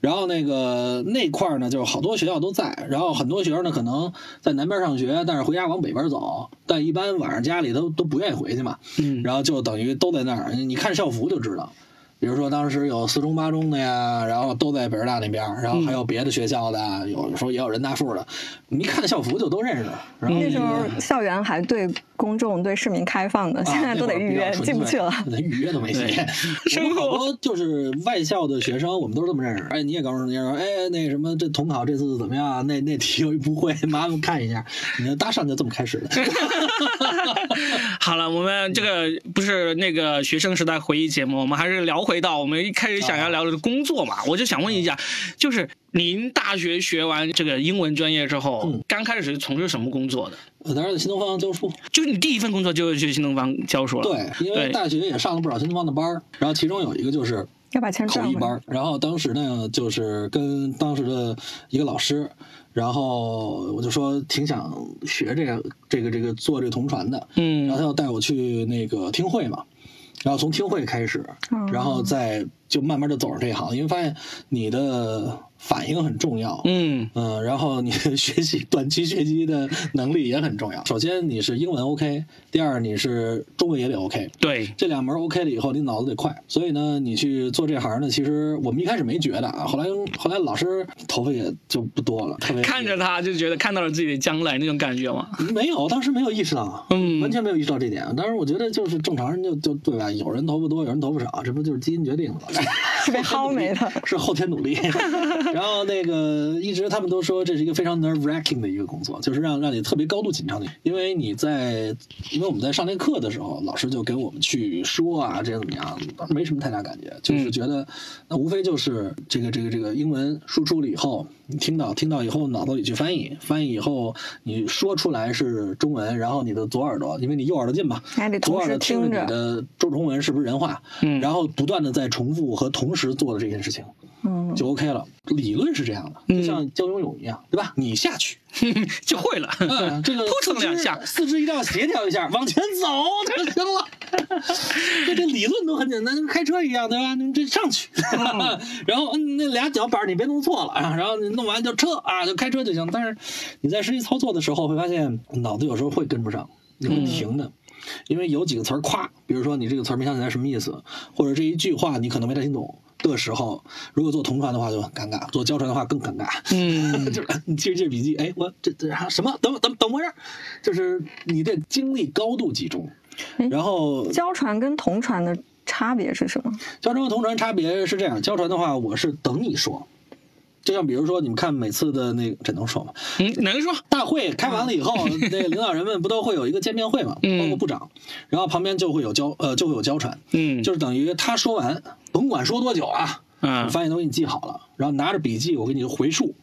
Speaker 1: 然后那个那块儿呢，就是好多学校都在，然后很多学生呢可能在南边上学，但是回家往北边走，但一般晚上家里都都不愿意回去嘛，
Speaker 2: 嗯，
Speaker 1: 然后就等于都在那儿，你看校服就知道。比如说，当时有四中、八中的呀，然后都在北师大那边儿，然后
Speaker 2: 嗯
Speaker 1: 还有别的学校的，有有时候也有人大附的，你一看校服就都认识。
Speaker 2: 嗯
Speaker 1: 然后
Speaker 3: 那时候校园还对公众、对市民开放的，
Speaker 1: 啊
Speaker 3: 现在都得预约，进不去了。，
Speaker 1: 那会儿比较纯粹 连预约都没戏。 我们好多就是外校的学生，我们都是这么认识。哎，你也高中你也说，哎，那什么，这统考这次怎么样啊？那那题又不会，麻烦看一下。你看搭讪就这么开 始的。
Speaker 2: 好了，我们这个不是那个学生时代回忆节目，我们还是聊回到我们一开始想要聊的工作嘛。我就想问一下，就是您大学学完这个英文专业之后
Speaker 1: 嗯，
Speaker 2: 刚开始是从事什么工作的？
Speaker 1: 我呃当时在新东方教书，
Speaker 2: 就是你第一份工作就是去新东方教书了。
Speaker 1: 对，因为大学也上了不少新东方的班儿，然后其中有一个就是
Speaker 3: 要把钱
Speaker 1: 口
Speaker 3: 赚
Speaker 1: 译
Speaker 3: 回
Speaker 1: 班
Speaker 3: 来。
Speaker 1: 儿，然后当时呢，就是跟当时的一个老师，然后我就说挺想学这个这个这个做这个同传的，
Speaker 2: 嗯
Speaker 1: 然后他要带我去那个听会嘛，然后从听会开始
Speaker 3: 哦，
Speaker 1: 然后再就慢慢就走上这一行，因为发现你的反应很重要，
Speaker 2: 嗯
Speaker 1: 嗯，然后你 的学习短期学习的能力也很重要。首先你是英文 OK，第二你是中文也得 OK，
Speaker 2: 对，
Speaker 1: 这两门 OK 了以后，你脑子得快。所以呢，你去做这行呢，其实我们一开始没觉得啊，后来后来老师头发也就不多了，特别
Speaker 2: 看着他就觉得看到了自己的将来那种感觉嘛，
Speaker 1: 没有，当时没有意识到啊，
Speaker 2: 嗯
Speaker 1: 完全没有意识到这点啊。当时我觉得就是正常人就就对吧，有人头发多，有人头发少，这不就是基因决定的吗？
Speaker 3: 是 被薅没的。
Speaker 1: 是后天努力。 然后那个一直他们都说这是一个非常 nerve wracking 的一个工作，就是让让你特别高度紧张的，因为你在因为我们在上那课的时候，老师就跟我们去说啊，这怎么样，当时没什么太大感觉，就是
Speaker 3: 嗯
Speaker 1: 觉得那无非就是这个这个这个英文输出了以后，你听到听到以后脑子里去翻译，翻译以后你说出来是中文，然后你的左耳朵，因为你右耳朵进嘛，
Speaker 3: 还得
Speaker 1: 左
Speaker 3: 同
Speaker 1: 耳朵
Speaker 3: 时听
Speaker 1: 听着你
Speaker 3: 着，
Speaker 1: 的中中呃文是不是人话，
Speaker 2: 嗯
Speaker 1: 然后不断的在重复和同时做的这件事情。
Speaker 3: 嗯，
Speaker 1: 就 OK 了。理论是这样的，就像教游泳一样，对吧？你下去，
Speaker 2: 就会了，
Speaker 1: 嗯，这个
Speaker 2: 扑腾两下
Speaker 1: 四肢，四肢一定要协调一下，往前走就行了。这这理论都很简单，跟开车一样，对吧？你这上去， 然后嗯，那俩脚板儿你别弄错了啊，然后你弄完就撤啊，就开车就行。但是你在实际操作的时候，会发现脑子有时候会跟不上，你会停的。因为有几个词儿夸，比如说你这个词儿没想起来什么意思，或者这一句话你可能没太听懂的时候，如果做同传的话就很尴尬，做交传的话更尴尬。
Speaker 2: 嗯，
Speaker 1: 就是 你记着记着笔记，哎，我这这啊什么？等等等回事儿，就是你的精力高度集中。
Speaker 2: 哎
Speaker 1: 然后
Speaker 3: 交传跟同传的差别是什么？
Speaker 1: 交传和同传差别是这样，交传的话，我是等你说，就像比如说你们看每次的那个，这能说吗？
Speaker 2: 嗯，能说，
Speaker 1: 大会开完了以后，那领导人们不都会有一个见面会嘛，
Speaker 2: 嗯
Speaker 1: 包括部长，然后旁边就会有交呃就会有交传，
Speaker 2: 嗯，
Speaker 1: 就是等于他说完，甭管说多久啊，
Speaker 2: 嗯
Speaker 1: 我翻译都给你记好了，然后拿着笔记我给你回述，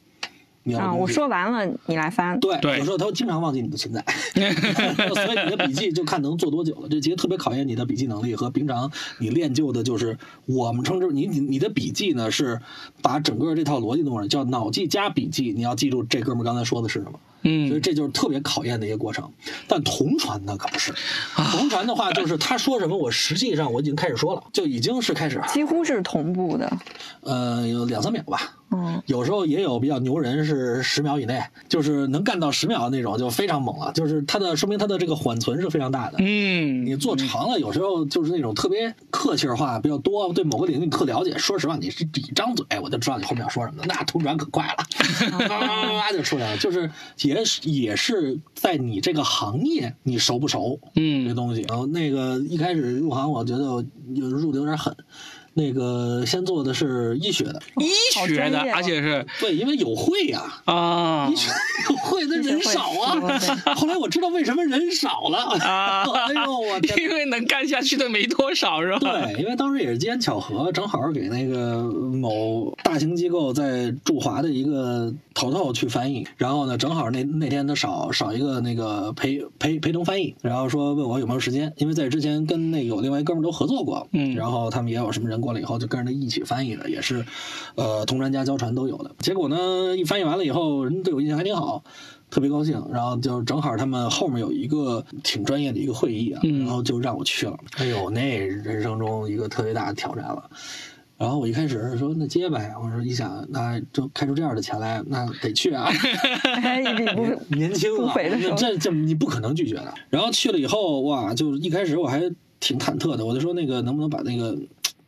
Speaker 1: 你要
Speaker 3: 啊，
Speaker 1: 跟
Speaker 3: 我
Speaker 1: 记
Speaker 3: 说完了，你来翻。
Speaker 1: 对，
Speaker 2: 对
Speaker 1: 有时候他会经常忘记你的存在， 所以你的笔记就看能做多久了。这其实特别考验你的笔记能力和平常你练就的，就是我们称之你你你的笔记呢是把整个这套逻辑弄上，叫脑记加笔记。你要记住这哥们儿刚才说的是什么。所以
Speaker 2: 嗯，
Speaker 1: 这就是特别考验的一个过程，但同传呢可不是，
Speaker 2: 啊
Speaker 1: 同传的话就是他说什么，我实际上我已经开始说了，就已经是开始，
Speaker 3: 几乎是同步的，
Speaker 1: 呃，有两三秒吧，
Speaker 3: 嗯，
Speaker 1: 有时候也有比较牛人是十秒以内，就是能干到十秒的那种，就非常猛了。就是它的说明它的这个缓存是非常大的。你
Speaker 2: 嗯，
Speaker 1: 做长了，有时候就是那种特别客气话比较多，对某个领域你特了解。说实话，你是一张嘴，我就知道你后面要说什么了。那突然可快了，哇哇哇哇就出来了。就是也是也是在你这个行业，你熟不熟？这个
Speaker 2: 嗯，
Speaker 1: 东西。然后那个一开始入行，我觉得我入的有点狠。那个先做的是医学的，
Speaker 2: 医
Speaker 3: 好
Speaker 2: 学
Speaker 3: 专
Speaker 2: 的
Speaker 3: 业，哦
Speaker 2: 而且是
Speaker 1: 对，因为有会呀、
Speaker 2: 啊
Speaker 1: 医，学有 会的人少
Speaker 3: 医学会
Speaker 1: 啊。后来我知道为什么人少了。
Speaker 2: 啊
Speaker 1: 哎呦我天！
Speaker 2: 因为能干下去的没多少是吧？
Speaker 1: 对，因为当时也是机缘巧合，正好给那个某大型机构在驻华的一个头头去翻译，然后呢，正好那那天他少少一个那个陪陪陪同翻译，然后说问我有没有时间，因为在之前跟那个有另外一哥们儿都合作过，
Speaker 2: 嗯
Speaker 1: 然后他们也有什么人过来以后就跟着一起翻译的，也是，呃，同传家交传都有的。结果呢，一翻译完了以后，人对我印象还挺好。特别高兴，然后就正好他们后面有一个挺专业的一个会议啊，
Speaker 2: 嗯
Speaker 1: 然后就让我去了。哎呦，那人生中一个特别大的挑战了。然后我一开始说那接呗，我说一想，那就开出这样的钱来，那得去啊。
Speaker 3: 哎，一笔不
Speaker 1: 年轻
Speaker 3: 不
Speaker 1: 啊，
Speaker 3: 肥的时候
Speaker 1: 这这你不可能拒绝的。然后去了以后，哇，就是一开始我还挺忐忑的，我就说那个能不能把那个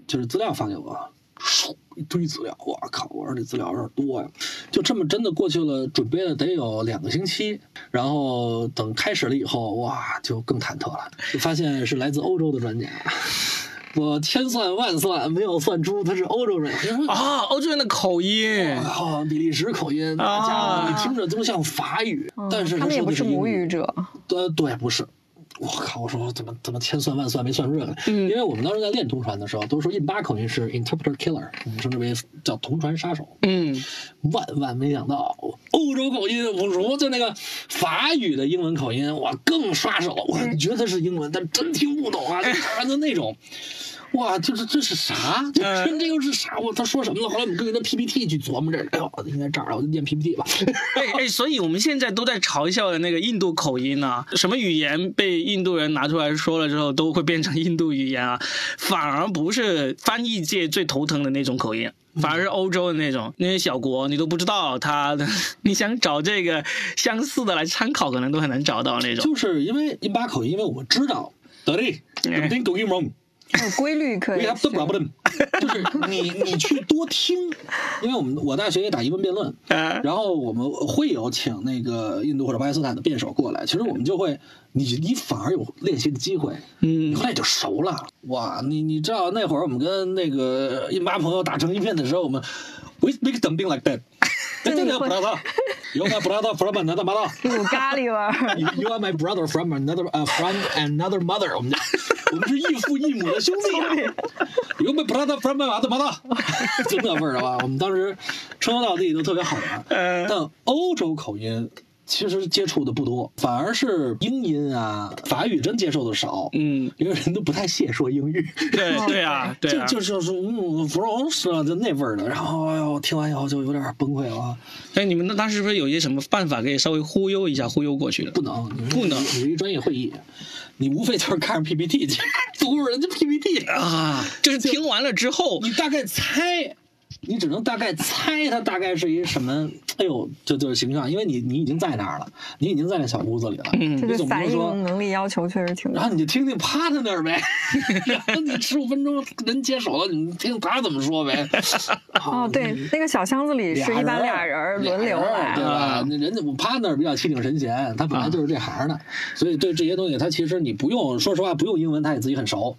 Speaker 1: 就是资料发给我啊？唰一堆资料，我靠！我说这资料有点多呀，就这么真的过去了，准备了得有两个星期，然后等开始了以后，哇，就更忐忑了，就发现是来自欧洲的专家，我千算万算没有算出他是欧洲人，我就说
Speaker 2: 啊，欧洲人的口音，
Speaker 1: 然后比利时口音，那家伙你听着都像法语，
Speaker 3: 嗯
Speaker 1: 但是
Speaker 3: 他们也
Speaker 1: 说
Speaker 3: 不
Speaker 1: 的
Speaker 3: 是
Speaker 1: 英
Speaker 3: 母语者，
Speaker 1: 呃，对，不是。我靠！我说我怎么怎么千算万算没算出这个来？
Speaker 2: 嗯
Speaker 1: 因为我们当时在练同传的时候，都说印巴口音是 interpreter killer，我们称之为叫同传杀手。
Speaker 2: 嗯
Speaker 1: 万万没想到，欧洲口音，我说就那个法语的英文口音，哇，更刷手。我觉得是英文，但真听不懂啊，就就那种。哇，这这这是啥？这
Speaker 2: 嗯
Speaker 1: 这又是啥？我他说什么了？后来我们跟着 PPT 去琢磨这，哎呦，应该这儿，我就念 PPT 吧。
Speaker 2: 哎哎，所以我们现在都在嘲笑的那个印度口音呢、什么语言被印度人拿出来说了之后，都会变成印度语言啊，反而不是翻译界最头疼的那种口音，反而是欧洲的那种那些小国，你都不知道它的，你想找这个相似的来参考，可能都很难找到那种。
Speaker 1: 就是因为印巴口音，因为我知道得力，
Speaker 2: 嗯
Speaker 1: 肯定狗音 wrong。
Speaker 3: 有规律可 以
Speaker 1: We have the
Speaker 3: 是
Speaker 1: problem，就是你你去多听，因为我们我大学也打英文辩论，
Speaker 2: 呃，
Speaker 1: 然后我们会有请那个印度或者巴基斯坦的辩手过来，其实我们就会，你你反而有练习的机会，你
Speaker 2: 嗯
Speaker 1: 后来就熟了。哇，你你知道那会儿我们跟那个印巴朋友打成一片的时候，我们 we speak something like that，
Speaker 3: 真的会
Speaker 1: 有 my brother from another mother。
Speaker 3: 一股咖喱味儿。
Speaker 1: You, you are my brother from another 呃 from another mother，我们家我们是异父异母的兄弟、啊。You are my brother from another mother，就 那味儿了吧？我们当时称兄道弟都特别好玩。
Speaker 2: 呃，
Speaker 1: 但欧洲口音其实接触的不多，反而是英音啊、法语真接受的少。
Speaker 2: 嗯，
Speaker 1: 因为人都不太屑说英语，
Speaker 2: 对对啊，对啊
Speaker 1: 就，就就是嗯，France 啊，就那味儿的。然后哎呦，听完以后就有点崩溃了啊。
Speaker 2: 哎，你们当时是不是有一些什么办法可以稍微忽悠一下忽悠过去的
Speaker 1: 不？能，你是
Speaker 2: 不能
Speaker 1: 你是一专业会议，你无非就是看着 PPT 去 读人家 PPT，
Speaker 2: 啊，就是听完了之后，
Speaker 1: 你大概猜，你只能大概猜它大概是一什么，哎呦，就就是形象，因为你你已经在那儿了，你已经在那小屋子里了，
Speaker 2: 嗯
Speaker 3: 这
Speaker 1: 你
Speaker 3: 对
Speaker 1: 总不
Speaker 3: 反
Speaker 1: 能
Speaker 3: 应
Speaker 1: 说。
Speaker 3: 能力要求确实挺
Speaker 1: 然
Speaker 3: 高。
Speaker 1: 后你就听听趴他那儿呗， 然后你十五分钟人接手了，你听他怎么说呗。啊
Speaker 3: 哦，对，那个小箱子里是一般俩人儿轮流
Speaker 1: 俩人儿对
Speaker 3: 来，啊
Speaker 1: 吧？那人家我趴那儿比较气定神闲，他本来就是这行的，所以对这些东西他其实你不用，说实话不用英文他也自己很熟。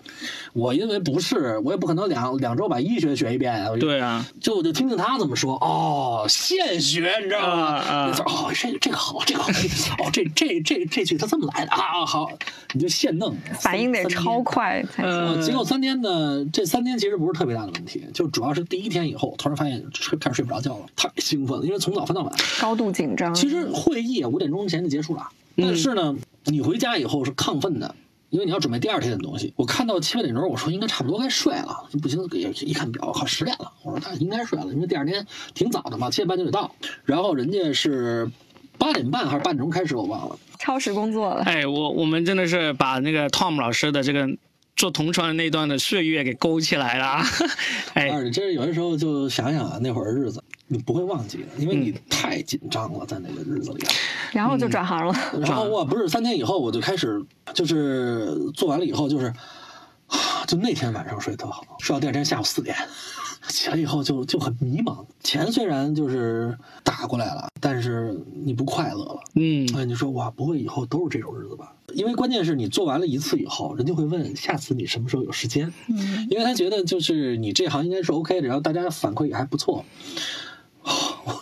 Speaker 1: 我因为不是，我也不可能两两周把医学学一遍啊。我就
Speaker 2: 对啊，
Speaker 1: 就我就听听他怎么说哦，现学你知道吗？
Speaker 2: 啊啊
Speaker 1: 你说哦，这这个好，这个好， 哦，这这这这句他这么来的啊，好，你就现弄，
Speaker 3: 反应得超快才行。
Speaker 1: 呃，
Speaker 2: 嗯，
Speaker 1: 结果三天呢，这三天其实不是特别大的问题，就主要是第一天以后，我突然发现睡开始睡不着觉了，太兴奋了，因为从早翻到晚。
Speaker 3: 高度紧张。
Speaker 1: 其实会议啊五点钟前就结束了，但是呢，你回家以后是亢奋的。因为你要准备第二天的东西，我看到七八点钟，我说应该差不多该睡了，不行，也一看表，靠，十点了，我说那应该睡了，因为第二天挺早的嘛，七点半就得到。然后人家是八点半还是八点钟开始，我忘了。
Speaker 3: 超时工作了，
Speaker 2: 哎，我我们真的是把那个 Tom 老师的这个做同传的那段的岁月给勾起来了啊！ 哎，
Speaker 1: 而且真是有的时候就想想啊，那会儿日子你不会忘记的，因为你太紧张了，在那个日子里。
Speaker 3: 然后就转行了。
Speaker 1: 然后我不是三天以后我就开始就是做完了以后就是，啊就那天晚上睡得特好，睡到第二天下午四点，起来以后就就很迷茫。钱虽然就是打过来了，但是你不快乐了。
Speaker 2: 嗯，
Speaker 1: 哎，你说哇，不会以后都是这种日子吧？因为关键是你做完了一次以后，人就会问下次你什么时候有时间，
Speaker 3: 嗯，
Speaker 1: 因为他觉得就是你这行应该是 OK 的，然后大家反馈也还不错。哦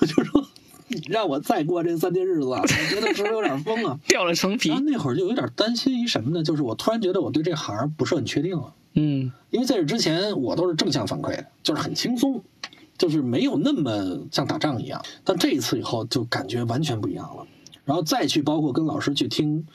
Speaker 1: 我就说，你让我再过这三天日子啊，我觉得是不是有点疯 啊？
Speaker 2: 掉了层皮
Speaker 1: 然后，那会儿就有点担心于什么呢？就是我突然觉得我对这行不是很确定啊了，
Speaker 2: 嗯
Speaker 1: 因为在这之前我都是正向反馈的，就是很轻松，就是没有那么像打仗一样。但这一次以后就感觉完全不一样了。然后再去包括跟老师去听，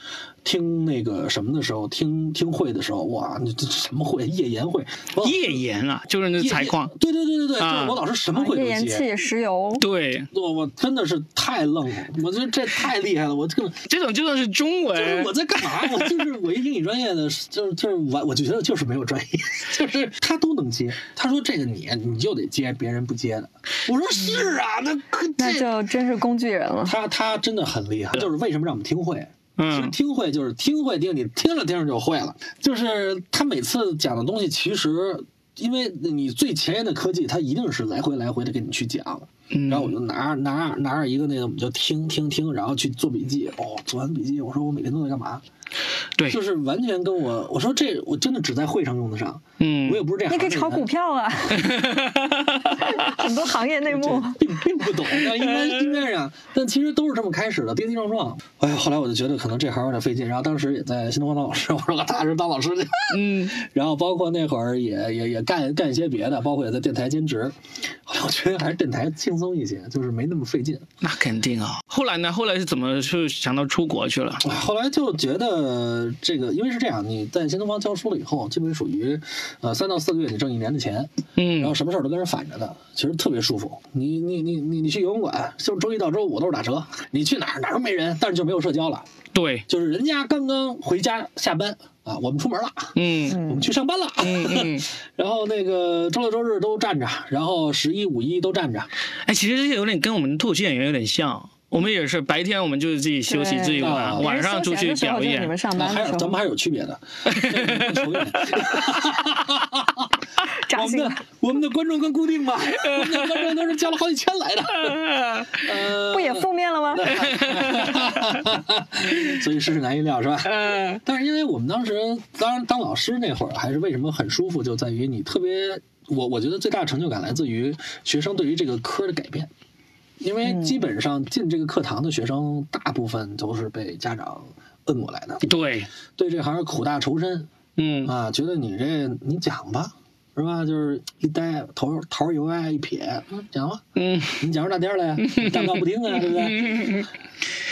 Speaker 1: 听那个什么的时候，听听会的时候，哇，你这什么会？夜研会，哇
Speaker 2: 页岩啊，就是那
Speaker 1: 夜
Speaker 2: 采矿，
Speaker 1: 对对对对对，
Speaker 2: 啊
Speaker 1: 就是我老师什 么会
Speaker 3: 页
Speaker 1: 都
Speaker 3: 岩
Speaker 1: 接。
Speaker 3: 气、石油，
Speaker 2: 对，
Speaker 1: 我我真的是太愣了，我觉得这太厉害了，我这个。
Speaker 2: 这种就算是中
Speaker 1: 就是
Speaker 2: 文
Speaker 1: 我，在干嘛？我 就是我一英语专业的，就是就是我我就觉得就是没有专业， 就是他都能接。他说这个你你就得接别人不接的。我说是啊，那可
Speaker 3: 那
Speaker 1: 这
Speaker 3: 就真是工具人了。
Speaker 1: 他他真的很厉害。就是为什么让我们听会？其实
Speaker 2: 嗯
Speaker 1: 听会就是听会听，你听着听着就会了。就是他每次讲的东西，其实因为你最前沿的科技，他一定是来回来回的给你去讲。然后我
Speaker 2: 嗯，
Speaker 1: 就拿拿拿着一个那个，我们就听听听，然后去做笔记。哦，做完笔记，我说我每天都在干嘛？
Speaker 2: 对
Speaker 1: 就，是完全跟我我说这我真的只在会上用得上，
Speaker 2: 嗯
Speaker 1: 我也不是这样。
Speaker 3: 你可以炒股，票啊，很多行业内幕。
Speaker 1: 并并不懂，但应该应该是啊，但其实都是这么开始的，跌跌撞撞。哎呀，后来我就觉得可能这行有点费劲，然后当时也在新东方当老师，我说我踏实当老师去。
Speaker 2: 嗯，
Speaker 1: 然后包括那会儿也也也干干一些别的，包括也在电台兼职。后来我觉得还是电台轻松一些，就是没那么费劲。
Speaker 2: 那肯定啊。后来呢？后来是怎么是想到出国去了？
Speaker 1: 哎后来就觉得得这个，因为是这样，你在新东方教书了以后，基本属于，呃，三到四个月你挣一年的钱，然
Speaker 2: 嗯
Speaker 1: 后什么事儿都跟人反着的，其实特别舒服。你你你你你去游泳馆，就是周一到周五都是打折，你去哪儿哪儿都没人，但是就没有社交了，
Speaker 2: 对，
Speaker 1: 就是人家刚刚回家下班啊，我们出门了，
Speaker 2: 嗯
Speaker 1: 我们去上班了，
Speaker 2: 嗯嗯，
Speaker 1: 然后那个周六周日都站着，然后十一五一都站着，
Speaker 2: 哎，其实这有点跟我们脱口秀演员有点像。我们也是白天我们就是自己休息
Speaker 3: 对
Speaker 2: 自己玩，
Speaker 1: 啊
Speaker 2: 晚上出去
Speaker 3: 人家休闲的时候
Speaker 2: 表
Speaker 3: 就是你们
Speaker 2: 演。
Speaker 3: 上
Speaker 1: 啊
Speaker 3: 班
Speaker 1: 还
Speaker 3: 的时
Speaker 1: 有咱
Speaker 3: 候
Speaker 1: 们，还有区别 的，这个你不承认
Speaker 3: 扎
Speaker 1: 我们
Speaker 3: 心
Speaker 1: 的。我们的观众更固定 吧，我们的观众都是交了好几千来的，呃，
Speaker 3: 不也负面了吗？
Speaker 1: 所以世事难预料是吧？
Speaker 2: 嗯
Speaker 1: 但是因为我们当时，当然当老师那会儿，还是为什么很舒服，就在于你特别，我我觉得最大的成就感来自于学生对于这个科的改变，因为基本上进这个课堂的学生，大部分都是被家长摁过来的，
Speaker 2: 对，
Speaker 1: 对这行苦大仇深
Speaker 2: 嗯
Speaker 1: 啊，觉得你这你讲吧，是吧？就是一呆头头一歪一撇，嗯讲吧，
Speaker 2: 嗯，
Speaker 1: 你讲出大颠儿来呀，你大纲不听啊，对不对？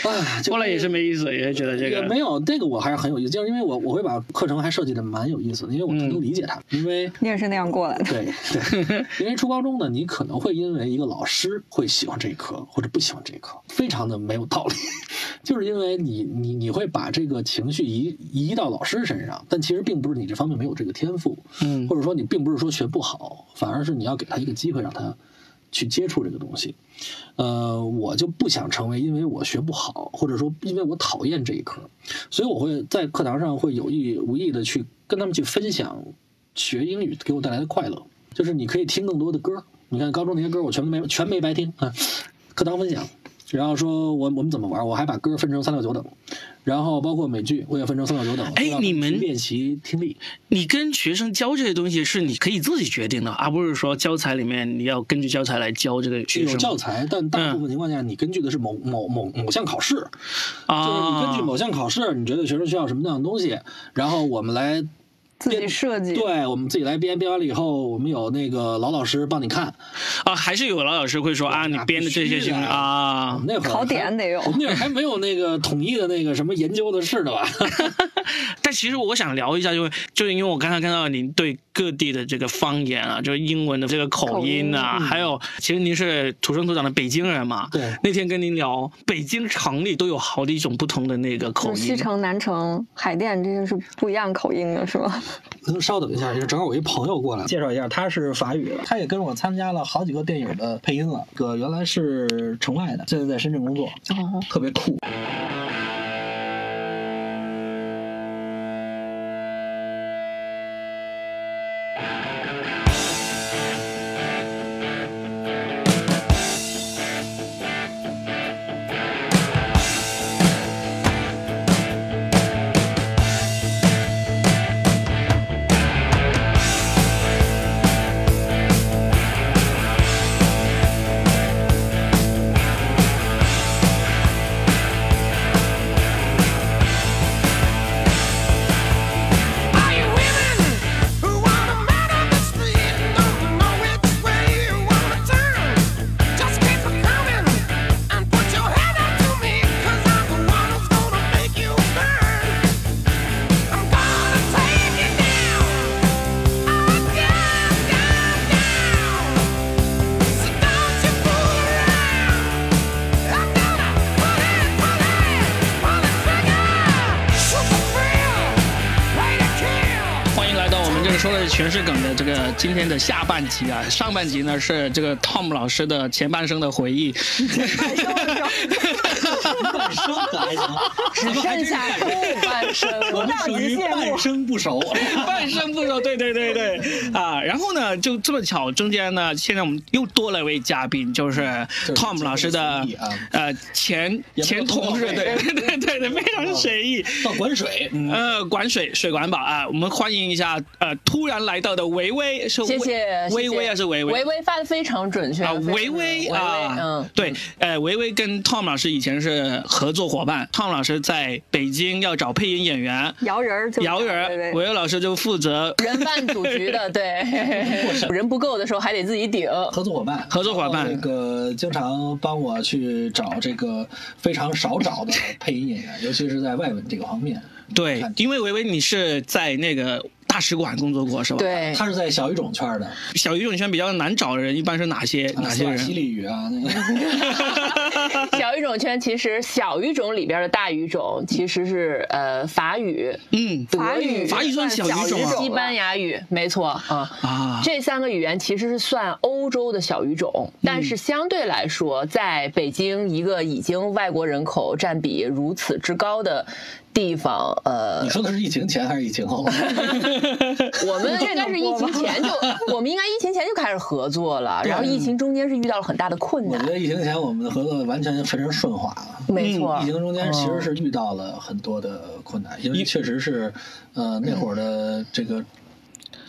Speaker 1: 啊，就
Speaker 2: 后来也是没意思，也觉得这
Speaker 1: 也
Speaker 2: 个
Speaker 1: 没有这个我还是很有意思，就是因为我我会把课程还设计的蛮有意思的，因为我
Speaker 2: 嗯
Speaker 1: 能够理解他，因 为。
Speaker 3: 你也是那样过来的，
Speaker 1: 对对，因为初高中呢，你可能会因为一个老师会喜欢这一科，或者不喜欢这一科，非常的没有道理， 就是因为你你你会把这个情绪移移到老师身上，但其实并不是你这方面没有这个天赋，
Speaker 2: 嗯
Speaker 1: 或者说你并不是说学不好，反而是你要给他一个机会，让他去接触这个东西。呃，我就不想成为因为我学不好，或者说因为我讨厌这一科，所以我会在课堂上会有意无意的去跟他们去分享学英语给我带来的快乐，就是你可以听更多的歌。你看高中那些歌，我全都没全没白听啊，课堂分享。然后说我我们怎么玩，我还把歌分成三六九等，然后包括美剧我也分成三六九等。
Speaker 2: 哎你们
Speaker 1: 去练习听力，
Speaker 2: 你跟学生教这些东西是你可以自己决定的，而不是说教材里面你要根据教材来教这个学
Speaker 1: 有
Speaker 2: 生
Speaker 1: 教材，但大部分情况下你根据的是某某某某项考试，就是你根
Speaker 2: 啊
Speaker 1: 据。某项考试，你觉得学生需要什么样的东西，然后我们来
Speaker 3: 自己设计。
Speaker 1: 对，我们自己来编，编完了以后，我们有那个老老师帮你看。
Speaker 2: 啊，还是有老老师会说啊，你编的这些行为
Speaker 1: 我
Speaker 2: 啊
Speaker 1: 们，那会儿
Speaker 3: 考点得有
Speaker 1: 我们那会儿还没有那个统一的那个什么研究的事的 吧？
Speaker 2: 但其实我想聊一下，就就是因为我刚才看到您对各地的这个方言啊，就是英文的这个口音啊，
Speaker 3: 嗯
Speaker 2: 还有其实您是土生土长的北京人嘛，
Speaker 1: 对
Speaker 2: 那天跟您聊，北京城里都有好几种不同的那个口
Speaker 3: 就是西
Speaker 2: 音。啊
Speaker 3: 城、南城、海淀这些是不一样口音的，是吗？
Speaker 1: 能稍等一下，正好我一朋友过来介绍一下，他是法语的，他也跟我参加了好几个电影的配音了。个原来是城外的，现在在深圳工作，
Speaker 3: 哦，
Speaker 1: 特别 酷。
Speaker 5: Are you women who wanna man on the street? Don't know which way you wanna turn. Just keep on coming and put your head up to me, i I'm the one who's gonna make you burn. I'm gonna take you down, down, down, down. So don't you fool around. I'm gonna pull it, pull it, pull the trigger. Shoot the thrill, way to kill.
Speaker 2: 欢迎来到我们这个说的全是梗的这个今天的下半集啊，上半集呢是这个 Tom 老师的前半生的回忆，
Speaker 6: 生的还行，
Speaker 3: 只剩下后半生，
Speaker 6: 我
Speaker 3: 我
Speaker 6: 们
Speaker 3: 到
Speaker 6: 属
Speaker 3: 极
Speaker 6: 于
Speaker 3: 限
Speaker 6: 半生不熟。
Speaker 2: 半生不熟，对对对对啊！然后呢，就这么巧，中间呢，现在我们又多了一位嘉宾，就是
Speaker 6: 是
Speaker 2: Tom 老师的
Speaker 6: 随意啊
Speaker 2: 呃前
Speaker 6: 也没
Speaker 2: 前
Speaker 6: 有
Speaker 2: 同事，
Speaker 6: 碰到
Speaker 2: 对
Speaker 6: 位
Speaker 2: 对对对对，非常随意。
Speaker 6: 到管水，嗯，
Speaker 2: 呃，管水水管宝啊，我们欢迎一下呃突然来到的维维，是
Speaker 7: 谢谢，
Speaker 2: 微
Speaker 7: 谢谢
Speaker 2: 微啊还是维
Speaker 7: 维维发的非常准确
Speaker 2: 啊，
Speaker 7: 非常
Speaker 2: 维维
Speaker 7: 维维
Speaker 2: 啊，
Speaker 7: 嗯，
Speaker 2: 对，呃，维维跟 Tom 老师以前是合作伙伴，Tom 老师在北京要找配音演员，
Speaker 3: 摇人儿就
Speaker 2: 姚
Speaker 3: 对
Speaker 2: 人，
Speaker 3: 对
Speaker 2: 维维老师就负责
Speaker 7: 人办组局 的，对，人不够的时候还得自己顶。
Speaker 6: 合作伙伴，
Speaker 2: 合作伙伴
Speaker 6: 那个经常帮我去找这个非常少找的配音演员，尤其是在外文这个方面。
Speaker 2: 对，因为维维你是在那个大使馆工作过是吧？，
Speaker 7: 对，
Speaker 1: 他是在小语种圈的，
Speaker 2: 小语种圈比较难找的人一般是哪些、哪
Speaker 1: 啊斯
Speaker 2: 些
Speaker 1: 瓦西
Speaker 2: 人？
Speaker 1: 里语啊，那个
Speaker 7: 小语种圈其实小语种里边的大语种其实是呃法语、
Speaker 2: 嗯
Speaker 7: 德语、
Speaker 2: 法语算小语种啊
Speaker 7: 西班牙语，没错啊。
Speaker 2: 啊，
Speaker 7: 这三个语言其实是算欧洲的小语种，
Speaker 2: 嗯
Speaker 7: 但是相对来说，在北京一个已经外国人口占比如此之高的地方，呃
Speaker 1: 你，说的是疫情前还是疫情后？
Speaker 7: 我 们啊应该是疫情前 就，我们应该疫情前就开始合作了，然后疫情中间是遇到了很大的困
Speaker 1: 我觉
Speaker 7: 难，
Speaker 1: 得疫情前我们的合作完全非常顺滑了。
Speaker 7: 没错
Speaker 1: 疫，情中间
Speaker 2: 哦
Speaker 1: 其实是遇到了很多的困难，因为确实是，呃，那会儿的这个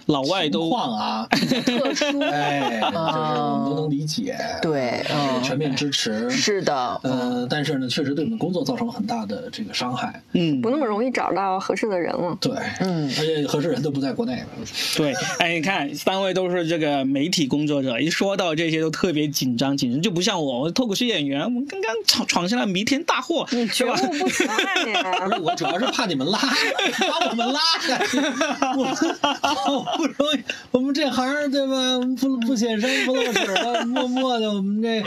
Speaker 2: 老外
Speaker 1: 情
Speaker 2: 都
Speaker 1: 况 啊，
Speaker 7: 特殊，
Speaker 1: 哎，就是我们都能理解，
Speaker 7: 对，
Speaker 1: 也全
Speaker 7: 嗯，
Speaker 1: 面支持。
Speaker 7: 是的，
Speaker 1: 呃，但是呢，确实对我们工作造成了很大的这个伤害。
Speaker 2: 嗯
Speaker 3: 不那么容易找到合适的人了。
Speaker 1: 对，
Speaker 7: 嗯
Speaker 1: 而且合适人都不在国内。
Speaker 2: 对，哎，你看，三位都是这个媒体工作者，一说到这些都特别紧张，紧张就不像我，我脱口秀演员，我们刚刚闯闯下了弥天大祸，
Speaker 3: 你
Speaker 2: 是
Speaker 3: 觉
Speaker 2: 吧？
Speaker 3: 悟不强啊你！
Speaker 1: 不是，我主要是怕你们拉， 把我们拉下去。我们 好不容易，我们这行儿对吧？不不显山不露水的，默默的，我们这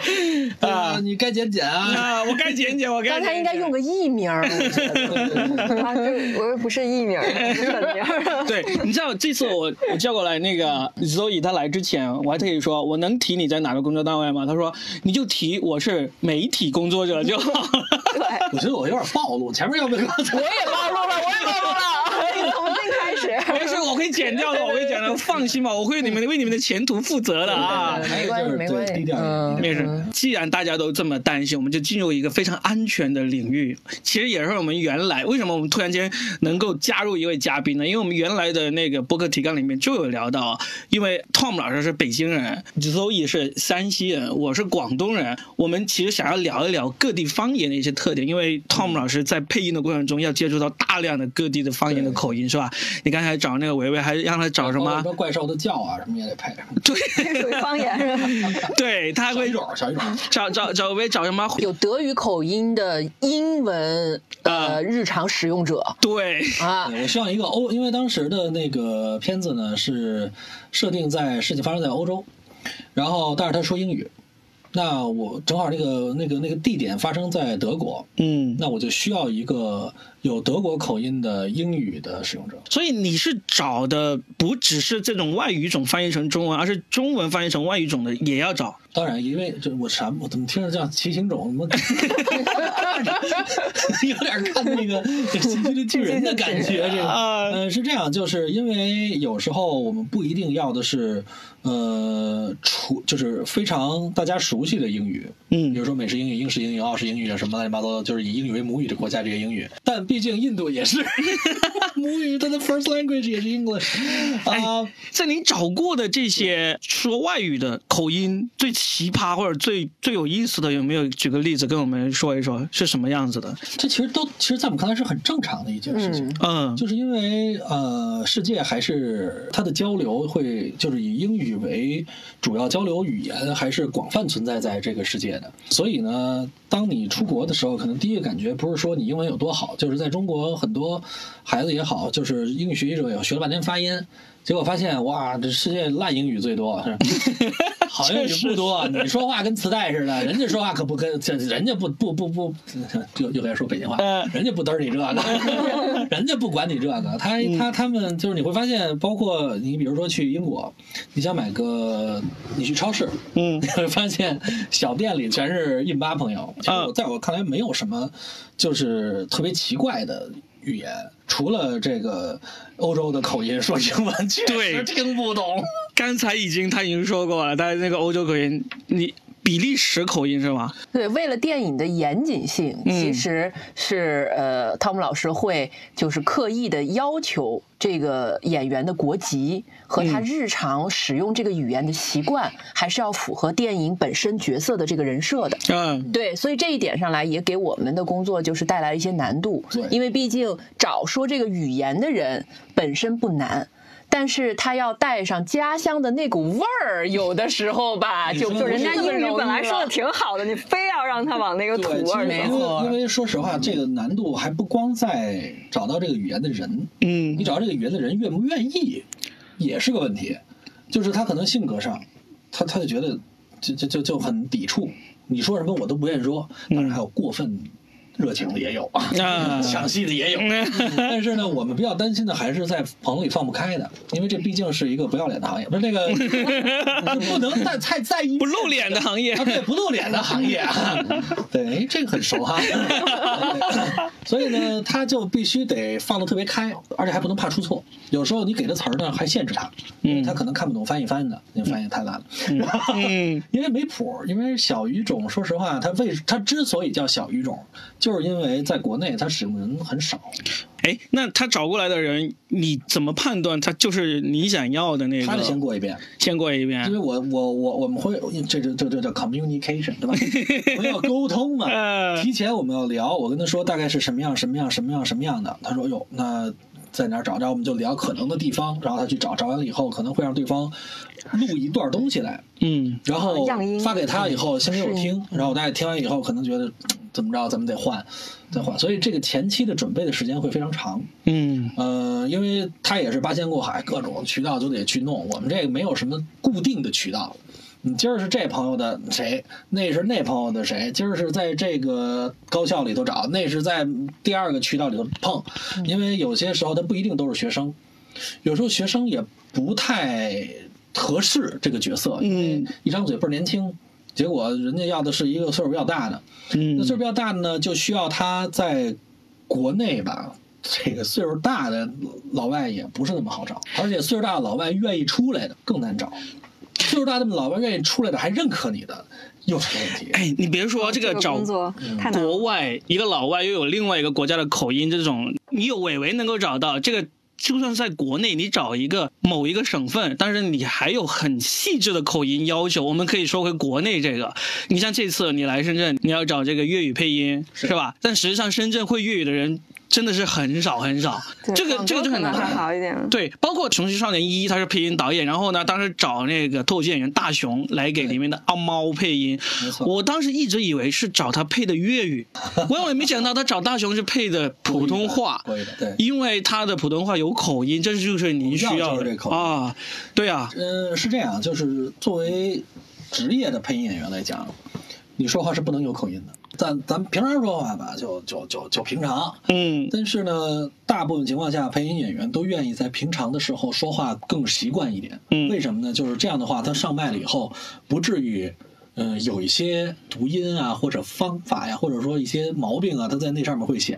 Speaker 1: 啊，你该减减啊。
Speaker 2: 啊，我该剪剪，我该
Speaker 7: 刚才应该用
Speaker 2: 个。
Speaker 7: 个艺名儿，我觉得
Speaker 3: 啊，这我又不是艺名，不是本名。
Speaker 2: 对，你知道这次我我叫过来那个 Zoe，她来之前，我还特意说，我能提你在哪个工作单位吗？她说你就提我是媒体工作者就好了。
Speaker 1: 我觉得我有点暴露，前面要不要？
Speaker 7: 我也暴露了，我也暴露了，重新开始。
Speaker 2: 没事，我会剪掉的，我会剪掉的，放心吧，我会你们为你们的前途负责的啊。
Speaker 7: 没关系，没关系，
Speaker 1: 低调一点
Speaker 7: 嗯
Speaker 2: 没事，既然大家都这么担心，我们就进入一个非常安全的领域。其实也是我们原来为什么我们突然间能够加入一位嘉宾呢？因为我们原来的那个播客提纲里面就有聊到，因为 Tom 老师是北京人，Zoe 是山西人，我是广东人，我们其实想要聊一聊各地方言的一些特点，因为 Tom 老师在配音的过程中要接触到大量的各地的方言的口音，是吧？你刚才找那个维维，还让他找什么？
Speaker 1: 哦么怪兽的叫啊，什么也得配。
Speaker 3: 这属于方言是吧？
Speaker 2: 对他
Speaker 1: 小
Speaker 2: 会
Speaker 1: 语种，小语种。
Speaker 2: 找找找维找什么？
Speaker 7: 有德语口音的英文
Speaker 2: 啊
Speaker 7: 呃日常使用者
Speaker 2: 对。
Speaker 7: 啊，
Speaker 1: 对我希望一个欧，因为当时的那个片子呢是设定在事情发生在欧洲，然后但是他说英语，那我正好那个那个那个地点发生在德国，
Speaker 2: 嗯，
Speaker 1: 那我就需要一个有德国口音的英语的使用者。
Speaker 2: 所以你是找的不只是这种外语种翻译成中文，而是中文翻译成外语种的也要找。
Speaker 1: 当然，因为这我啥，我怎么听着像骑行种，我 有点看那个《进击的巨人》的感觉。这个，
Speaker 2: 啊
Speaker 1: 呃，是这样，就是因为有时候我们不一定要的是，呃，除就是非常大家熟悉的英语，比
Speaker 2: 嗯，
Speaker 1: 如说美式英语、英式英语、澳式英语啊什么乱七八糟的，就是以英语为母语的国家这些英语。但毕竟印度也是 母语，它的 first language 也是 English 啊、
Speaker 2: 在你找过的这些说外语的口音最奇葩或者最最有意思的，有没有举个例子跟我们说一说是什么样子的？
Speaker 1: 这其实都其实在我们看来是很正常的一件事情。
Speaker 7: 嗯
Speaker 2: 嗯
Speaker 1: 就是因为呃，世界还是它的交流会就是以英语为主要交流语言，还是广泛存在在这个世界的。所以呢，当你出国的时候，可能第一个感觉不是说你英文有多好，就是在中国很多孩子也好，就是英语学习者也好学了半天发音，结果发现哇，这世界烂英语最多，是吧 好英语不多。你说话跟磁带似的，人家说话可不跟这，人家不不不 不，又又该说北京话
Speaker 2: 呃，
Speaker 1: 人家不嘚儿你这个， 人家不管你这个，他他他们就是你会发现，包括你比如说去英国，你想买个，你去超市，
Speaker 2: 嗯
Speaker 1: 你会发现小店里全是印巴朋友。其实我在我看来没有什么就是特别奇怪的语言，除了这个欧洲的口音说英文确
Speaker 2: 对
Speaker 1: 实听不懂。
Speaker 2: 刚才已经他已经说过了，他那个欧洲口音，你比利时口音是吗？
Speaker 7: 对，为了电影的严谨性，
Speaker 1: 嗯
Speaker 7: 其实是呃，汤姆老师会就是刻意的要求这个演员的国籍和
Speaker 1: 嗯
Speaker 7: 他日常使用这个语言的习惯，还是要符合电影本身角色的这个人设的。
Speaker 2: 嗯，
Speaker 7: 对，所以这一点上来也给我们的工作就是带来一些难度
Speaker 1: 对，
Speaker 7: 因为毕竟找说这个语言的人本身不难。但是他要带上家乡的那股味儿，有的时候吧，就
Speaker 1: 说
Speaker 7: 就
Speaker 1: 的
Speaker 3: 人
Speaker 7: 人家
Speaker 3: 家
Speaker 7: 英
Speaker 3: 英
Speaker 7: 语
Speaker 3: 语
Speaker 7: 本
Speaker 3: 本
Speaker 7: 来
Speaker 3: 来
Speaker 7: 说
Speaker 3: 说
Speaker 7: 的
Speaker 3: 的
Speaker 7: 挺
Speaker 3: 挺好的，你非要让让他往那个
Speaker 1: 对，
Speaker 3: 土
Speaker 1: 其实
Speaker 3: 味
Speaker 1: 因
Speaker 3: 里
Speaker 1: 为因为说实话，这个难度还不光在找到这个语言的人，
Speaker 2: 嗯
Speaker 1: 你找到这个语言的人愿不愿意，也是个问题。就是他可能性格上，他他就觉得就就就就很抵触，你说什么我都不愿意说。当然还有过分热情的也有
Speaker 2: 啊
Speaker 1: 啊，抢戏的也有。但是呢，我们比较担心的还是在棚里放不开的，因为这毕竟是一个不要脸的行业，不是那个不能再太在意
Speaker 2: 不露脸 的行业
Speaker 1: 啊，对，不露脸的行业啊， 对，哎这个很熟哈。 所以呢，他就必须得放的特别开，而且还不能怕出错。有时候你给的词儿呢，还限制他，因为他可能看不懂翻译翻的，因为翻译太难了。
Speaker 2: 嗯，
Speaker 1: 因为没谱儿，因为小语种，说实话，它为它之所以叫小语种，就是因为在国内它使用人很少。
Speaker 2: 哎，那他找过来的人，你怎么判断他就是你想要的那个？
Speaker 1: 他得先过一遍，
Speaker 2: 先过一遍
Speaker 1: 因为，我我我我们会这这这这叫 communication 对吧？我们要沟通嘛
Speaker 2: 呃，
Speaker 1: 提前我们要聊，我跟他说大概是什么样什么样什么样什么样的，他说哟那。在哪儿找？然后我们就聊可能的地方，然后他去找，找完了以后可能会让对方录一段东西来，
Speaker 2: 嗯
Speaker 1: 然后
Speaker 3: 样音
Speaker 1: 发给他以后，先给我听，然后我大概听完以后，可能觉得嗯怎么着，咱们得换，再换。所以这个前期的准备的时间会非常长。
Speaker 2: 嗯
Speaker 1: 呃，因为他也是八仙过海，各种渠道都得去弄。我们这个没有什么固定的渠道，你今儿是这朋友的谁，那是那朋友的谁，今儿是在这个高校里头找，那是在第二个渠道里头碰。因为有些时候他不一定都是学生，有时候学生也不太合适这个角色，因为一张嘴倍儿年轻，结果人家要的是一个岁数比较大的。那岁数
Speaker 2: 嗯
Speaker 1: 比较大的呢，就需要他在国内吧，这个岁数大的老外也不是那么好找，而且岁数大的老外愿意出来的更难找。岁数大的老外愿意出来的还认可你的，又是个问题。
Speaker 2: 哎，你别说这
Speaker 3: 哦这
Speaker 2: 个
Speaker 3: 个
Speaker 2: 找
Speaker 3: 工作太难了。
Speaker 2: 国外一个老外又有另外一个国家的口音，这种你有伟伟能够找到这个。就算在国内，你找一个某一个省份，但是你还有很细致的口音要求，我们可以说回国内这个。你像这次你来深圳，你要找这个粤语配音是吧？但实际上深圳会粤语的人真的是很少很少，
Speaker 3: 对
Speaker 2: 这个
Speaker 3: 广
Speaker 2: 这个
Speaker 3: 州
Speaker 2: 就
Speaker 3: 可
Speaker 2: 很
Speaker 3: 能
Speaker 2: 难。
Speaker 3: 还好一点。
Speaker 2: 对，包括《雄狮少年一》，他是配音导演，然后呢，当时找那个脱口秀演员大熊来给里面的傲猫配音
Speaker 1: 没。错
Speaker 2: 我当时一直以为是找他配的粤语，万万没想到他找大熊是配的普通话。
Speaker 1: 国语的对。
Speaker 2: 因为他的普通话有口音，这就是您需
Speaker 1: 我们要
Speaker 2: 要
Speaker 1: 就是这
Speaker 2: 的
Speaker 1: 口音
Speaker 2: 啊，对啊，
Speaker 1: 呃，是这样，就是作为职业的配音演员来讲，你说话是不能有口音的。咱咱平常说话吧，就就就就平常。
Speaker 2: 嗯
Speaker 1: 但是呢，大部分情况下，配音演员都愿意在平常的时候说话更习惯一点。
Speaker 2: 嗯
Speaker 1: 为什么呢？就是这样的话，他上麦了以后，不至于。嗯、有一些读音啊，或者方法呀，或者说一些毛病啊，他在那上面会显。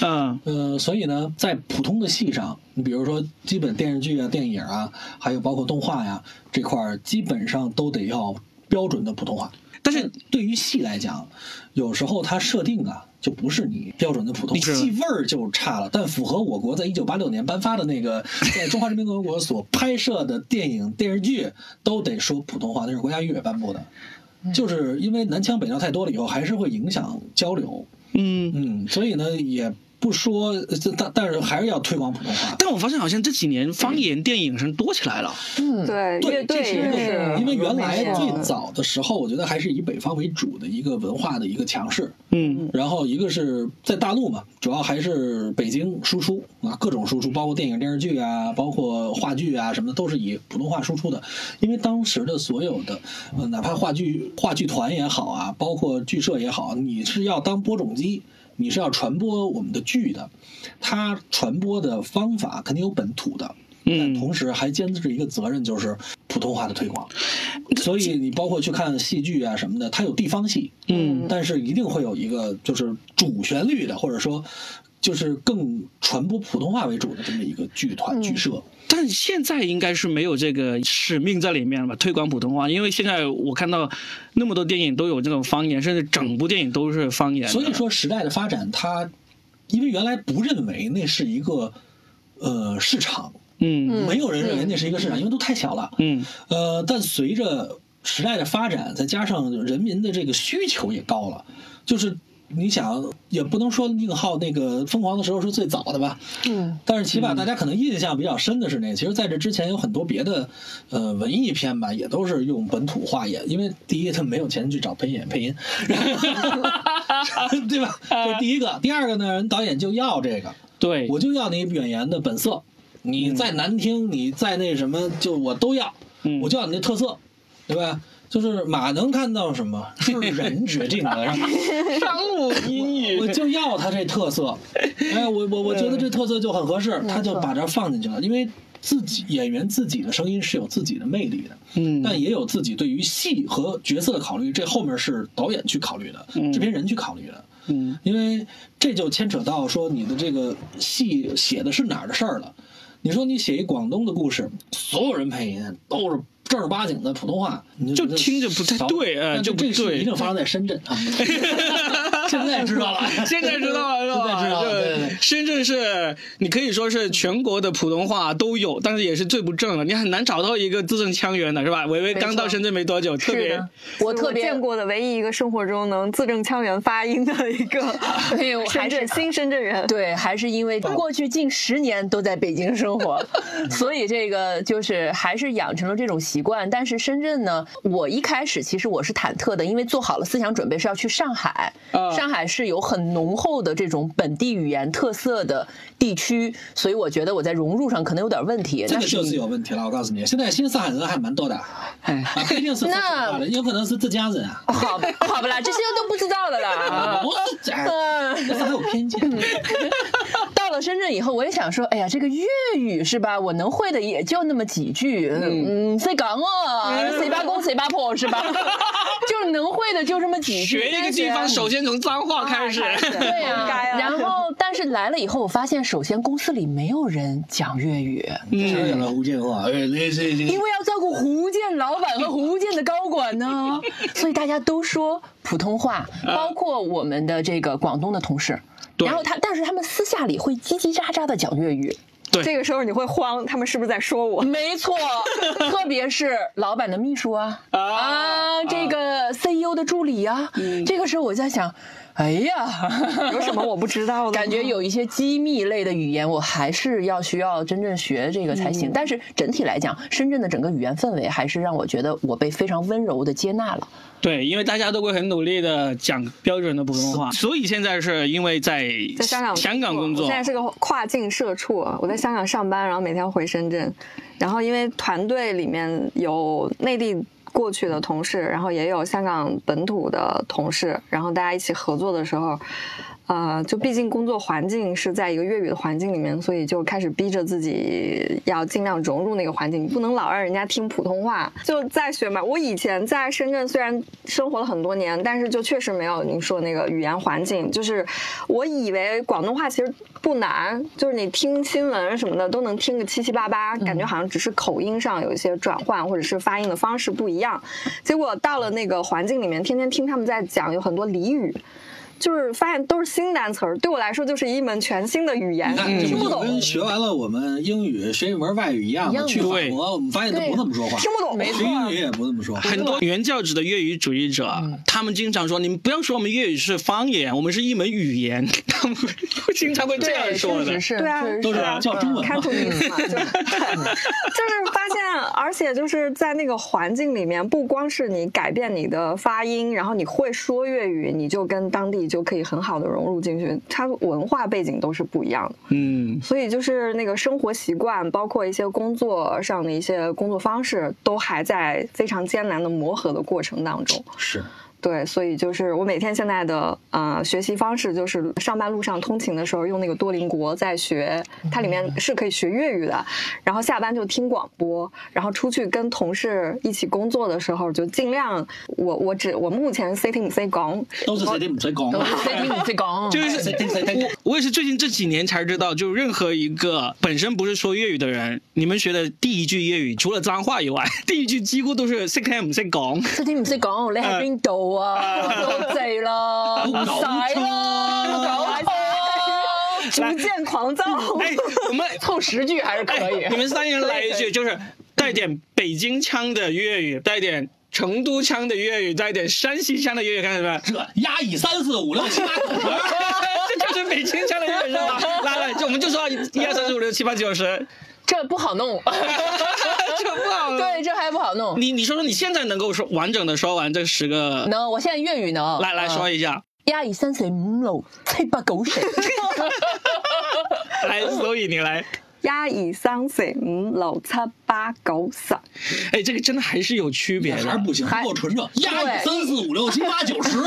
Speaker 2: 嗯
Speaker 1: 呃，所以呢，在普通的戏上，你比如说基本电视剧啊、电影啊，还有包括动画呀这块儿，基本上都得要标准的普通话。
Speaker 2: 但是
Speaker 1: 对于戏来讲，有时候它设定啊，就不是你标准的普通
Speaker 2: 是
Speaker 1: 戏味儿就差了，但符合我国在一九八六年颁发的那个在中华人民共和国所拍摄的电影电视剧都得说普通话，那是国家语委颁布的。嗯就是因为南腔北调太多了以后，还是会影响交流。
Speaker 2: 嗯，
Speaker 1: 嗯，所以呢，也不说，呃但但是还是要推广普通话。
Speaker 2: 但我发现好像这几年方言电影是多起来了，
Speaker 3: 对，乐
Speaker 1: 对，
Speaker 3: 队
Speaker 1: 这其实
Speaker 3: 也
Speaker 1: 就是因为原来
Speaker 3: 没
Speaker 1: 最
Speaker 3: 错
Speaker 1: 早的时候，我觉得还是以北方为主的一个文化的一个强势。
Speaker 2: 嗯
Speaker 1: 然后一个是在大陆嘛，主要还是北京输出啊，各种输出，包括电影、电视剧啊，包括话剧啊什么的，都是以普通话输出的。因为当时的所有的，呃，哪怕话剧话剧团也好啊，包括剧社也好，你是要当播种机，你是要传播我们的剧的，它传播的方法肯定有本土的。但
Speaker 2: 嗯
Speaker 1: 同时还兼着一个责任，就是普通话的推广。
Speaker 2: 嗯
Speaker 1: 所以你包括去看戏剧啊什么的，它有地方戏，
Speaker 2: 嗯，
Speaker 1: 但是一定会有一个就是主旋律的，或者说就是更传播普通话为主的这么一个剧团剧社。
Speaker 2: 但现在应该是没有这个使命在里面了吧？推广普通话，因为现在我看到那么多电影都有这种方言，甚至整部电影都是方言的。
Speaker 1: 所以说时代的发展，它因为原来不认为那是一个呃市场，
Speaker 2: 嗯
Speaker 1: 没有人认为那是一个市场，因为都太小了。
Speaker 2: 嗯
Speaker 1: 呃，但随着时代的发展，再加上人民的这个需求也高了，就是你想也不能说宁浩那个疯狂的时候是最早的吧，
Speaker 7: 嗯，
Speaker 1: 但是起码大家可能印象比较深的是那个，其实在这之前有很多别的呃文艺片吧，也都是用本土化演，因为第一他没有钱去找配音 配音，对吧？这是第一个，第二个呢，人导演就要这个，
Speaker 2: 对，
Speaker 1: 我就要你演员的本色，你再难听，你再那什么，就我都要，
Speaker 2: 嗯
Speaker 1: 我就要你那特色，对吧？就是马能看到什么，是人决定的，是吧？
Speaker 2: 商务英
Speaker 1: 我就要他这特色，哎，我我我觉得这特色就很合
Speaker 2: 嗯
Speaker 1: 适，他就把这放进去了，因为自己演员自己的声音是有自己的魅力的，
Speaker 2: 嗯
Speaker 1: 但也有自己对于戏和角色的考虑，这后面是导演去考虑的，制片人去考虑的，
Speaker 2: 嗯，
Speaker 1: 因为这就牵扯到说你的这个戏写的是哪儿的事儿了。你说你写一广东的故事，所有人配音都是正儿八经的普通话，你
Speaker 2: 就
Speaker 1: 觉得
Speaker 2: 听着不太
Speaker 1: 少
Speaker 2: 对哎
Speaker 1: 但
Speaker 2: 就不
Speaker 1: 这是
Speaker 2: 对
Speaker 1: 一定发生在深 圳啊。现在知道了，
Speaker 2: 现在知道了是吧？
Speaker 1: 现在知道了，对
Speaker 2: 对
Speaker 1: 对对。
Speaker 2: 深圳是你可以说是全国的普通话都有，但是也是最不正了，你很难找到一个字正腔圆的，是吧？维维刚到深圳没多久，特
Speaker 7: 是
Speaker 2: 别
Speaker 7: 的，我特别
Speaker 3: 见过的唯一一个生活中能字正腔圆发音的一个
Speaker 7: 哎呦
Speaker 3: 深
Speaker 7: 还是
Speaker 3: 圳新深圳人。
Speaker 7: 对，还是因为过去近十年都在北京生活，所以这个就是还是养成了这种习惯。但是深圳呢，我一开始其实我是忐忑的，因为做好了思想准备是要去上海，
Speaker 2: 啊
Speaker 7: 上海是有很浓厚的这种本地语言特色的地区，所以我觉得我在融入上可能有点问题。
Speaker 1: 这
Speaker 7: 但
Speaker 1: 个就是是有问题了，我告诉你，现在新上海人还蛮多的，啊，
Speaker 7: 哎
Speaker 1: 不一定是上海人，有可能是浙江人啊，
Speaker 7: 好好不啦，这些都不知道的啦。 啊
Speaker 1: 我是哎
Speaker 7: 嗯，
Speaker 1: 这还有偏见，
Speaker 7: 到了深圳以后，我也想说，哎呀，这个粤语是吧？我能会的也就那么几句，嗯，谁讲哦，
Speaker 2: 嗯
Speaker 7: 谁八公谁八婆是吧？ 就是能会的就这么几句。
Speaker 2: 学一个
Speaker 7: 但
Speaker 2: 地
Speaker 7: 是
Speaker 1: 嗯
Speaker 2: 方，首先从脏话开始。
Speaker 7: 对呀、
Speaker 3: 活 该啊
Speaker 7: 然后，但是来了以后，我发现，首先公司里没有人讲粤语，
Speaker 2: 嗯
Speaker 1: 想起了福建话，哎，那这这
Speaker 7: 因为要照顾福建老板和福建的高管 呢，所以大家都说普通话，包括我们的这个广东的同事。
Speaker 2: 嗯对
Speaker 7: 然后他，但是他们私下里会叽叽喳喳的讲粤语。
Speaker 3: 这个时候你会慌，他们是不是在说我？
Speaker 7: 没错，特别是老板的秘书啊
Speaker 2: 啊
Speaker 7: 这
Speaker 3: 啊
Speaker 7: 个 CEO 的助理啊，这个时候我在想，哎呀，
Speaker 3: 嗯有什 么我不知道的吗？
Speaker 7: 感觉有一些机密类的语言，我还是要需要真正学这个才
Speaker 3: 嗯
Speaker 7: 行。但是整体来讲，深圳的整个语言氛围还是让我觉得我被非常温柔的接纳了。
Speaker 2: 对，因为大家都会很努力的讲标准的普通话，所以现在是因为在
Speaker 3: 在香港
Speaker 2: 香港工
Speaker 3: 我
Speaker 2: 作
Speaker 3: 现，在是个跨境社畜，我在香港上班，然后每天回深圳，然后因为团队里面有内地。过去的同事，然后也有香港本土的同事，然后大家一起合作的时候，呃，就毕竟工作环境是在一个粤语的环境里面，所以就开始逼着自己要尽量融入那个环境，你不能老让人家听普通话。就在学嘛，我以前在深圳虽然生活了很多年，但是就确实没有您说那个语言环境。就是我以为广东话其实不难，就是你听新闻什么的都能听个七七八八，感觉好像只是口音上有一些转换，或者是发音的方式不一样。结果到了那个环境里面，天天听他们在讲，有很多俚语。就是发现都是新单词儿，对我来说就是一门全新的语言，
Speaker 1: 你看，这
Speaker 3: 听
Speaker 1: 不
Speaker 3: 不
Speaker 1: 就
Speaker 3: 懂，
Speaker 1: 跟学完了我们英语学一门外语一样
Speaker 7: 一样
Speaker 1: 的，
Speaker 7: 的
Speaker 1: 去法
Speaker 2: 对
Speaker 1: 国我们发现都不那么说话，
Speaker 3: 听不懂，没啊
Speaker 1: 学英语也不那么说话。
Speaker 2: 很多原教旨的粤语主义者，他们经常说：“你们不要说我们粤语是方言，我们是一门语言。” 他们会经常会这样说的
Speaker 7: 确实。是，
Speaker 3: 对啊嗯
Speaker 7: 确实
Speaker 1: 都是叫中文嘛
Speaker 3: 看出名嘛，就是 就是发现，而且就是在那个环境里面，不光是你改变你的发音，然后你会说粤语，你就跟当地就可以很好的融入进去，它文化背景都是不一样的。
Speaker 2: 嗯，
Speaker 3: 所以就是那个生活习惯，包括一些工作上的一些工作方式，都还在非常艰难的磨合的过程当中。
Speaker 1: 是，
Speaker 3: 对，所以就是我每天现在的呃学习方式，就是上班路上通勤的时候用那个多邻国在学，它里面是可以学粤语的，然后下班就听广播，然后出去跟同事一起工作的时候就尽量我我只我目前 sitting s i t 讲，
Speaker 1: 都是谁听谁讲
Speaker 7: 都
Speaker 1: 啊
Speaker 7: 是？谁听谁讲，
Speaker 2: 就是
Speaker 1: 谁听谁听。
Speaker 2: 我也是最近这几年才知道，就任何一个本身不是说粤语的人，你们学的第一句粤语，除了脏话以外， 第一句几乎都是识听唔识讲。
Speaker 7: 识聽唔識講，你喺邊度
Speaker 1: 嗯
Speaker 7: 啊？多謝啦，唔 使啦，搞錯啊，
Speaker 3: 逐渐狂躁，
Speaker 2: 哎， 我们
Speaker 7: 凑十句
Speaker 2: 哎
Speaker 7: 还是可以
Speaker 2: 哎。你们三个人来一
Speaker 7: 可以可
Speaker 2: 句，就是带点北京腔的粤语，带点。成都腔的粤语，带一点山西腔的粤语，看什 么？
Speaker 1: 这压一三四五六七八九十，
Speaker 2: 这就是北京腔的粤语是吧？来来，就我们就说一二三四五六七八九十，
Speaker 7: 这不好弄，
Speaker 2: 这不好弄
Speaker 7: 对，这还不好弄。
Speaker 2: 你你说说你现在能够说完整的说完这十个，
Speaker 7: 能，我现在粤语能。
Speaker 2: 来来说一下，
Speaker 7: 一二三四五六七八九十，
Speaker 2: 来，所以你来，
Speaker 3: 一二三四五六七八九十，
Speaker 2: 哎，这个真的还是有区 别
Speaker 1: 还是
Speaker 2: 的。
Speaker 1: 不行，不
Speaker 7: 还
Speaker 1: 够纯正。压一
Speaker 7: 对
Speaker 1: 三四五六七八九 十，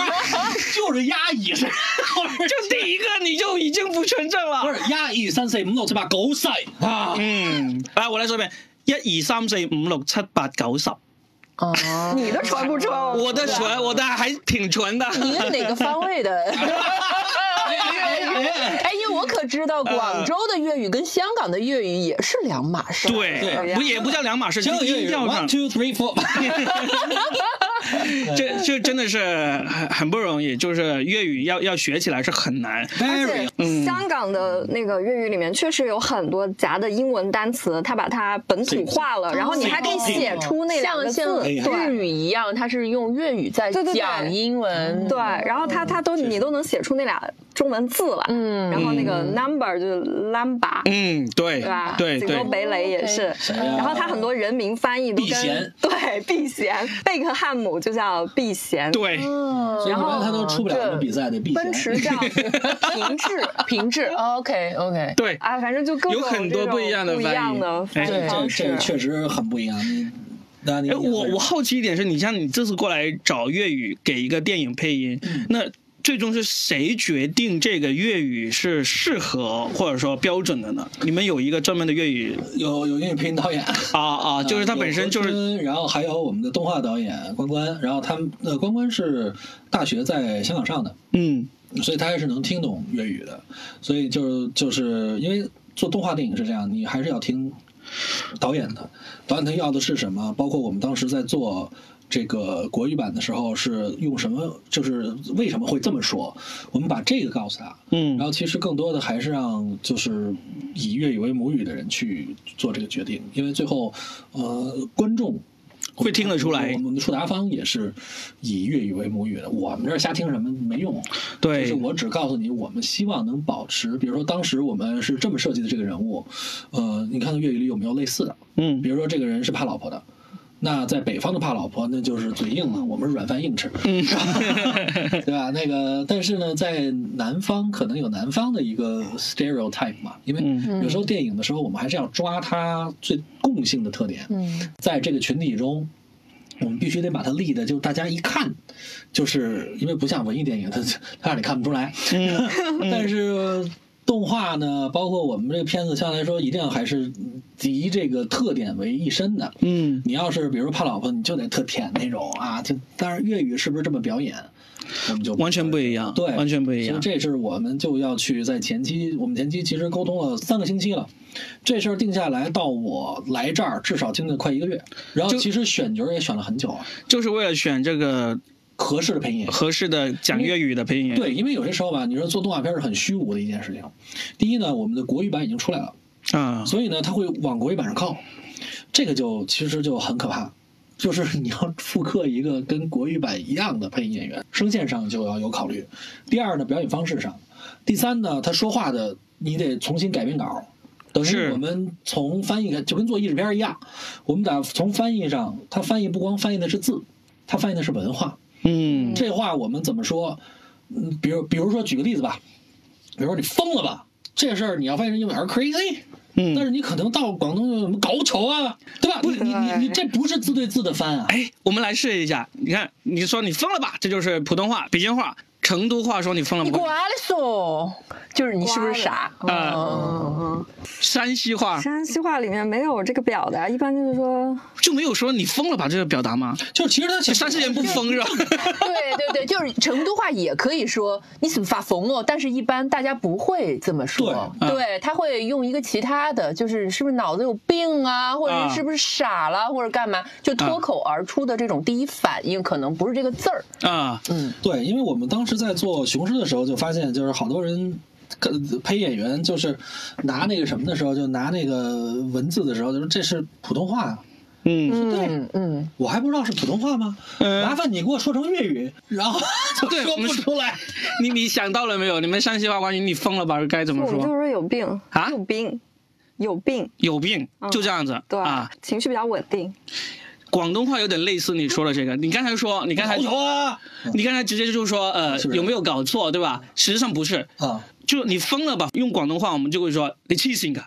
Speaker 1: 就是压一是，
Speaker 2: 就第一个你就已经不纯正
Speaker 1: 不
Speaker 2: 了。
Speaker 1: 是压一三四五六七八九十啊。
Speaker 2: 嗯，来我来说一遍，一二三四五六七八九十，
Speaker 7: 哦，
Speaker 3: 你的纯不纯？
Speaker 2: 我的纯，我的还挺纯的。
Speaker 7: 你是哪个方位的？ 哎，因为我可知道广州的粤语跟香港的粤语也是两码事。，
Speaker 2: 对，不也不叫两码事，
Speaker 1: 行，
Speaker 2: 就音调
Speaker 1: one
Speaker 2: 上，
Speaker 1: two three four，
Speaker 2: 这
Speaker 3: 嗯
Speaker 2: 这真的是很很不容易，就是粤语要要学起来是很难。
Speaker 3: 而
Speaker 2: 嗯
Speaker 3: 且香港的那个粤语里面确实有很多夹的英文单词，他把它本土化
Speaker 2: 嗯
Speaker 3: 了，然后你还可以写出那两个
Speaker 7: 像
Speaker 3: 字，
Speaker 2: 哦
Speaker 7: 像日
Speaker 3: 对。
Speaker 7: 语一样，它是用粤语在
Speaker 3: 对对对嗯
Speaker 7: 讲英
Speaker 2: 嗯
Speaker 7: 文。
Speaker 3: 对，然后他他都你都能写出那俩中文字来，
Speaker 7: 嗯
Speaker 3: 然后那个 number 就是 number，
Speaker 2: 嗯，对
Speaker 3: 对吧？，
Speaker 2: 对哦
Speaker 3: 锦州
Speaker 2: 对，
Speaker 3: 北垒也是，
Speaker 1: 啊
Speaker 3: 然后他很多人名翻译都
Speaker 1: 避嫌
Speaker 3: 跟对避嫌，贝克汉姆就叫避嫌，
Speaker 2: 对，
Speaker 1: 所以一般他都出不了什么比赛的必
Speaker 3: 奔
Speaker 1: 须。
Speaker 3: 驰叫 平治
Speaker 7: 平治。OK OK，
Speaker 2: 对，
Speaker 3: 啊，反正就各种
Speaker 2: 有很多
Speaker 3: 这种
Speaker 2: 不一样的
Speaker 3: 不一
Speaker 2: 翻译
Speaker 3: 样的翻
Speaker 2: 哎
Speaker 3: 译
Speaker 1: 这
Speaker 3: 方
Speaker 1: 这
Speaker 3: 式
Speaker 1: 个。确实很不一样。那你
Speaker 2: 哎，我我好奇一点是，你像你这次过来找粤语给一个电影配音，
Speaker 1: 嗯
Speaker 2: 那最终是谁决定这个粤语是适合或者说标准的呢？你们有一个专门的粤语
Speaker 1: 有有粤语配音导演，
Speaker 2: 啊啊，就是它
Speaker 1: 有
Speaker 2: 本身就
Speaker 1: 何
Speaker 2: 是
Speaker 1: 春然后还有我们的动画导演关关，然后他们呃关关是大学在香港上的，
Speaker 2: 嗯
Speaker 1: 所以他也是能听懂粤语的，所以就就是因为做动画电影是这样，你还是要听导演的，导演他要的是什么，包括我们当时在做。这个国语版的时候是用什么？就是为什么会这么说？我们把这个告诉他，
Speaker 2: 嗯
Speaker 1: 然后其实更多的还是让就是以粤语为母语的人去做这个决定，因为最后呃观众
Speaker 2: 会听得出来
Speaker 1: 我们的触达方也是以粤语为母语的，我们这儿瞎听什么没用。
Speaker 2: 对
Speaker 1: 就是我只告诉你，我们希望能保持，比如说当时我们是这么设计的这个人物，呃，你看看粤语里有没有类似的？
Speaker 2: 嗯
Speaker 1: 比如说这个人是怕老婆的。那在北方的怕老婆，那就是嘴硬了，我们是软饭硬吃， 对吧？那个，但是呢，在南方可能有南方的一个 stereotype 嘛，因为有时候电影的时候，我们还是要抓它最共性的特点。
Speaker 7: 嗯，
Speaker 1: 在这个群体中，我们必须得把它立的，就是大家一看，就是因为不像文艺电影，它它让你看不出来。
Speaker 2: 嗯
Speaker 1: 但是动画呢，包括我们这个片子，相对来说，一定还是集这个特点为一身的。
Speaker 2: 嗯，
Speaker 1: 你要是比如说怕老婆，你就得特舔那种啊，就但是粤语是不是这么表演，我们就
Speaker 2: 完全不一样，
Speaker 1: 对，
Speaker 2: 完全不一
Speaker 1: 所以
Speaker 2: 样。
Speaker 1: 这是我们就要去在前期，我们前期其实沟通了三个星期了，这事儿定下来到我来这儿至少经历了快一个月，然后
Speaker 2: 就
Speaker 1: 其实选角儿也选了很久啊，
Speaker 2: 就是为了选这个
Speaker 1: 合适的配音。
Speaker 2: 合适的讲粤语的配音员。
Speaker 1: 对，因为有些时候吧，你说做动画片是很虚无的一件事情。第一呢，我们的国语版已经出来了，
Speaker 2: 啊，
Speaker 1: 所以呢，它会往国语版上靠，这个就其实就很可怕。就是 你要复刻一个跟国语版一样的配音演员，声线上就要有考虑。第二呢，表演方式上；第三呢，他说话的你得重新改变稿。等于
Speaker 2: 是
Speaker 1: 我们从翻译就跟做译制片儿一样，我们打从翻译上，他翻译不光翻译的是字，他翻译的是文化。
Speaker 2: 嗯
Speaker 1: 这话我们怎么说？嗯，比如比如说举个例子吧，比如说你疯了吧，这事儿你要翻译成英文而 crazy，
Speaker 2: 嗯
Speaker 1: 但是你可能到广东就有什么搞球啊，对吧？你你你你这不是字对字的翻啊，
Speaker 2: 哎，我们来试一下。你看，你说你疯了吧，这就是普通话、北京话、成都话，说你疯了
Speaker 7: 你
Speaker 2: 吧
Speaker 7: 瓜，了嗦，就是你是不是傻？
Speaker 3: 瓜
Speaker 2: 了
Speaker 7: 嗯嗯
Speaker 2: 山西话
Speaker 3: 山西话里面没有这个表达，一般就是说
Speaker 2: 就没有说你疯了吧这个表达吗？
Speaker 1: 就是其实他
Speaker 2: 这山西人不疯是吧？
Speaker 7: 嗯对对对，就是成都话也可以说你怎么发疯哦，但是一般大家不会这么说，
Speaker 2: 对嗯
Speaker 7: 对他会用一个其他的，就是是不是脑子有病啊，或者
Speaker 2: 啊
Speaker 7: 是是不是傻了，或者干嘛，就脱口而出的这种第一反应可能不是这个字儿，
Speaker 2: 啊，
Speaker 7: 嗯，
Speaker 1: 对，因为我们当时在做雄狮的时候，就发现就是好多人。跟配演员就是拿那个什么的时候，就拿那个文字的时候，就说这是普通话啊，
Speaker 2: 嗯，
Speaker 7: 嗯嗯，
Speaker 1: 我还不知道是普通话吗？
Speaker 2: 嗯
Speaker 1: 麻烦你给我说成粤语，然后就
Speaker 2: 对
Speaker 1: 说
Speaker 2: 我们
Speaker 1: 不
Speaker 2: 是
Speaker 1: 出来。
Speaker 2: 你你想到了没有？你们山西话关于你疯了吧该怎么
Speaker 3: 我哦们就
Speaker 2: 说？
Speaker 3: 是有病
Speaker 2: 啊
Speaker 3: 有病，有病，
Speaker 2: 有病
Speaker 3: 嗯，
Speaker 2: 就这样子
Speaker 3: 对，
Speaker 2: 啊。
Speaker 3: 情绪比较稳定，
Speaker 2: 广东话有点类似你说的这个，你刚才说，你刚才
Speaker 1: 头头啊
Speaker 2: 你刚才直接就是说，呃，
Speaker 1: 是不是
Speaker 2: 有没有搞错，对吧？实际上不是，
Speaker 1: 啊！
Speaker 2: 就你疯了吧？用广东话我们就会说你气性噶，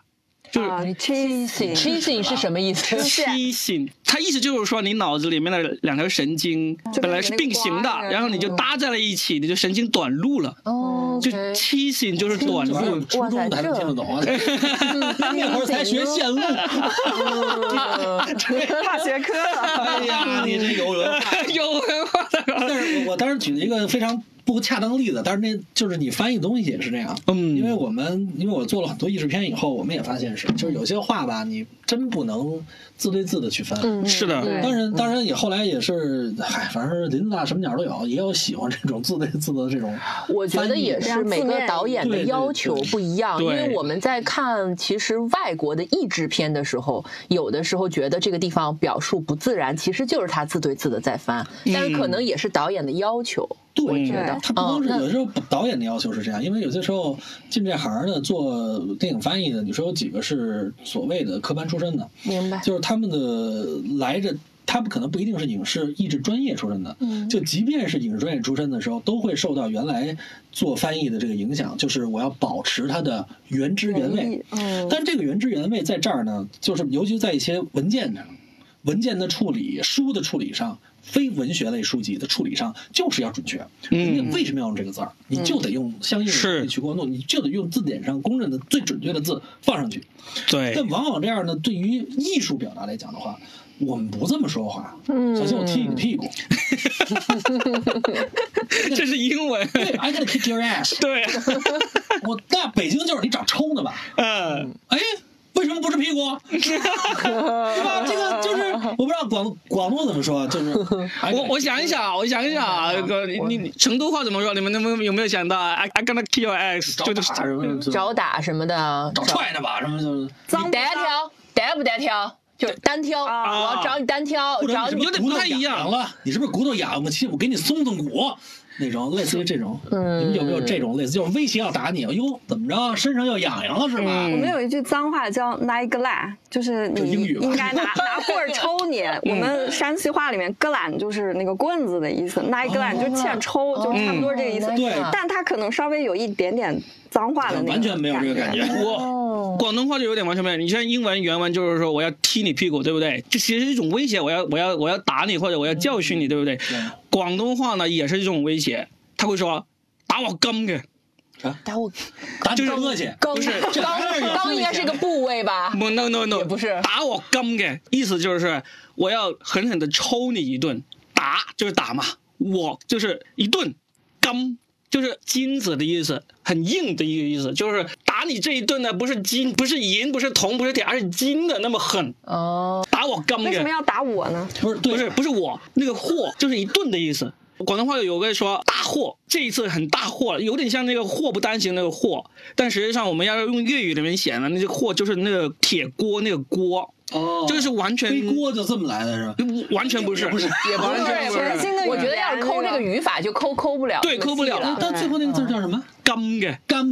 Speaker 2: 就是
Speaker 3: 啊，cheesy
Speaker 7: cheesy 是什么意思？
Speaker 3: 是
Speaker 2: 七醒，它意思就是说你脑子里面的两条神经
Speaker 3: 就
Speaker 2: 本来是并行的
Speaker 3: 跟你那个啊瓜，一样
Speaker 2: 然后你就搭在了一起，你就神经短路了。
Speaker 7: 哦，
Speaker 2: 就
Speaker 7: OK
Speaker 2: 七醒就是短
Speaker 1: 这玩意
Speaker 2: 路
Speaker 1: 儿，初中的还不听得懂啊， 那会儿才学线路。
Speaker 2: 嗯
Speaker 3: 跨学科了，
Speaker 1: 哎呀，你这有文化。
Speaker 2: 有文化的。
Speaker 1: 但是我当时举了一个非常不恰当的例子，但是那就是你翻译东西也是这样。
Speaker 2: 嗯
Speaker 1: 因为我们因为我做了很多艺术片以后，我们也发现是，就是有些话吧，你真不能字对字的去翻。
Speaker 7: 嗯
Speaker 2: 是的，
Speaker 7: 对
Speaker 1: 当然，当然也后来也是，嗨，反正林子啊，什么鸟都有，也有喜欢这种字对字的这种。
Speaker 7: 我觉得也是每个导演的要求不一样，
Speaker 2: 对
Speaker 7: 因
Speaker 2: 对对
Speaker 7: 为我们在看其实外国的译制片的时候，有的时候觉得这个地方表述不自然，其实就是他字对字的在翻，但是可能也是导演的要求。
Speaker 1: 对，
Speaker 3: 得
Speaker 1: 他不光是
Speaker 7: 嗯那
Speaker 1: 有的时候导演的要求是这样，因为有些时候进这行的做电影翻译的，你说有几个是所谓的科班出身的？
Speaker 7: 明白
Speaker 1: 就是他们的来着，他们可能不一定是影视译制专业出身的，就即便是影视专业出身的时候，都会受到原来做翻译的这个影响，就是我要保持它的原汁原
Speaker 3: 原
Speaker 1: 味
Speaker 3: 意。嗯
Speaker 1: 但这个原汁原味在这儿呢，就是尤其在一些文件上。文件的处理、书的处理上、非文学类书籍的处理上，就是要准确。
Speaker 2: 嗯
Speaker 1: 人家为什么要用这个字儿？你就得用相应的
Speaker 2: 是
Speaker 1: 去过渡，你就得用字典上公认的最准确的字放上去。
Speaker 2: 对
Speaker 1: 但，往往这样呢，对于艺术表达来讲的话，我们不这么说话，
Speaker 2: 嗯
Speaker 1: 小心我踢你的屁股。
Speaker 2: 这是英文。
Speaker 1: 对，I gotta kick your ass。
Speaker 2: 对，
Speaker 1: 我那北京就是你找抽的吧？
Speaker 2: 嗯，
Speaker 1: 哎，为什么不是屁股？对 吧？这个就是我不知道广广东怎么说，就是 I gotta-
Speaker 2: 我我想一想啊，我想一想啊，哥，你你你成都话怎么说？你们能不能有没有想到啊？I I gonna kill your ass，
Speaker 1: 找
Speaker 2: 就
Speaker 1: 打
Speaker 2: 就是嗯
Speaker 1: 什么就
Speaker 7: 找打什么的，
Speaker 1: 找踹的吧，什么就是
Speaker 3: 脏
Speaker 7: 你啊单挑，单不单挑？就是单挑，
Speaker 3: 啊
Speaker 7: 我要找你单挑，
Speaker 1: 或者
Speaker 7: 找
Speaker 1: 你
Speaker 7: 你
Speaker 1: 是
Speaker 2: 有点
Speaker 1: 不是骨
Speaker 2: 不
Speaker 1: 头
Speaker 2: 太一样
Speaker 1: 痒了，你是不是骨头痒？我去，我给你松松骨，那种类似于这种，
Speaker 2: 嗯
Speaker 1: 你们有没有这种类似？就是威胁要打你，哟，怎么着，身上又痒痒了是吧？
Speaker 2: 嗯
Speaker 3: 我们有一句脏话叫 “na i g l a 就是
Speaker 1: 这
Speaker 3: 你
Speaker 1: 英语吧
Speaker 3: 应该拿拿棍儿抽你。我们山西话里面“割懒”就是那个棍子的意思，“na i g l a 就是欠抽，就是差不多是这个意思。
Speaker 7: 嗯
Speaker 1: 对
Speaker 3: 但它可能稍微有一点点脏话的那个，
Speaker 1: 完全没有这个感。觉。
Speaker 7: 哦
Speaker 2: 我广东话就有点完全没有。你像英文原文就是说我要踢你屁股，对不对？这其实是一种威胁，我要我要我要打你或者我要教训你，对不对？广东话呢也是一种威胁，他会说打我根嘅，
Speaker 7: 打我
Speaker 1: 咱就是恶气，
Speaker 7: 刚
Speaker 2: 不是
Speaker 1: 这
Speaker 7: 刚
Speaker 1: 还是有
Speaker 7: 刚应该是个部位吧？
Speaker 2: 不 no no no，
Speaker 7: 也不是
Speaker 2: 打我根嘅，意思就是我要狠狠的抽你一顿，打就是打嘛，我就是一顿，根就是金子的意思，很硬的一个意思，就是打你这一顿呢，不是金，不是银，不是铜，不是铁，而是金的那么狠，
Speaker 7: 哦，
Speaker 2: 打我根
Speaker 3: 为什么
Speaker 2: 嘅。
Speaker 3: 要打我呢？
Speaker 1: 不是对
Speaker 2: 不是不是我那个货就是一顿的意思。广东话有个说大祸，这一次很大祸了，有点像那个祸不单行那个祸，但实际上我们要用粤语里面写的那个祸就是那个铁锅那个锅，
Speaker 1: 哦，
Speaker 2: 这个是完全
Speaker 1: 背锅就这么来的是吧？
Speaker 2: 完全不是，
Speaker 1: 不是
Speaker 2: 也完全不
Speaker 3: 全
Speaker 2: 是
Speaker 3: 新的语言
Speaker 7: 我觉得要是抠这个语法就抠抠不了这个
Speaker 2: 对
Speaker 7: 戏，
Speaker 2: 抠不了
Speaker 1: 哎但最后那个字叫什么？
Speaker 2: 干嘅，
Speaker 1: 干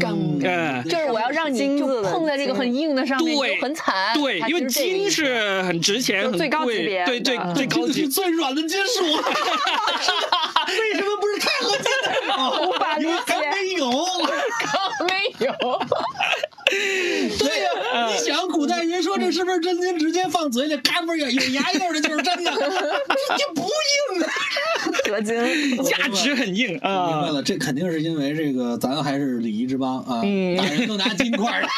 Speaker 7: 干
Speaker 2: 哎
Speaker 7: 就是我要让你就碰在这个很硬的上面，
Speaker 2: 对
Speaker 7: 就很
Speaker 3: 啊
Speaker 7: 惨。
Speaker 2: 对，
Speaker 7: 它
Speaker 2: 因为
Speaker 7: 就是这个
Speaker 2: 金
Speaker 7: 意思
Speaker 2: 是很值钱，
Speaker 3: 就
Speaker 2: 很
Speaker 3: 最高级
Speaker 2: 贵
Speaker 3: 别
Speaker 2: 对对
Speaker 3: 的
Speaker 2: 最高
Speaker 1: 这是
Speaker 2: 级，
Speaker 1: 最软的金属，啊为什么不是钛合金的？哦
Speaker 3: 无法理
Speaker 1: 因为还
Speaker 3: 解。
Speaker 1: 没有。
Speaker 7: 没有，
Speaker 1: 对呀， 你想古代人说这是不是真金？直接放嘴里，嘎嘣有有牙印儿的就是真的，这这不硬啊！
Speaker 3: 合金，
Speaker 2: 价值很硬
Speaker 1: 明白
Speaker 2: 啊。
Speaker 1: 了，这肯定是因为这个，咱还是礼仪之邦啊，打人都拿金块儿的，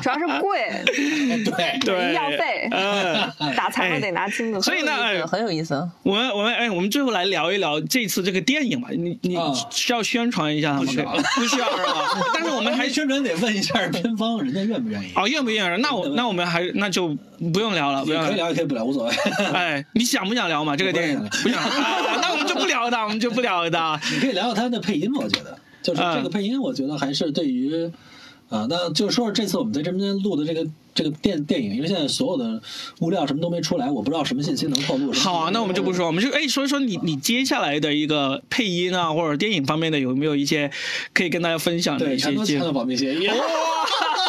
Speaker 3: 主要是贵，
Speaker 1: 对。
Speaker 2: 对，
Speaker 3: 医药费
Speaker 2: 嗯，
Speaker 3: 打残了得拿金子。
Speaker 2: 所以呢，哎
Speaker 7: 很有意思。
Speaker 2: 我们我们哎，我们最后来聊一聊这次这个电影吧。你你
Speaker 1: 啊
Speaker 2: 需要宣传一下吗？
Speaker 1: 不需要
Speaker 2: 不需要是吧？ 但是我们还
Speaker 1: 还 宣传得问一 下片方，人家愿不愿意？
Speaker 2: 哦，愿不愿意？ 那我那我们还那就不用聊了，不
Speaker 1: 也
Speaker 2: 用
Speaker 1: 可以啊
Speaker 2: 聊。
Speaker 1: 聊，也可以不聊，无所 谓。
Speaker 2: 哎，你想不想聊嘛？这个电影
Speaker 1: 我
Speaker 2: 不想。 啊那我们就不聊它，我们就不聊它。 嗯
Speaker 1: 你可以聊聊他的配音吧，我觉得，就是这个配音，我觉得还是对于，啊，那就是说说这次我们在这边录的这个这个电电影，因为现在所有的物料什么都没出来，我不知道什么信息能透露。
Speaker 2: 好啊，那我们就不说，我们就哎说一说你你接下来的一个配音啊，或者电影方面的有没有一些可以跟大家分享的
Speaker 1: 对，
Speaker 2: 一
Speaker 1: 全
Speaker 2: 些
Speaker 1: 都
Speaker 2: 经
Speaker 1: 签了保密协议。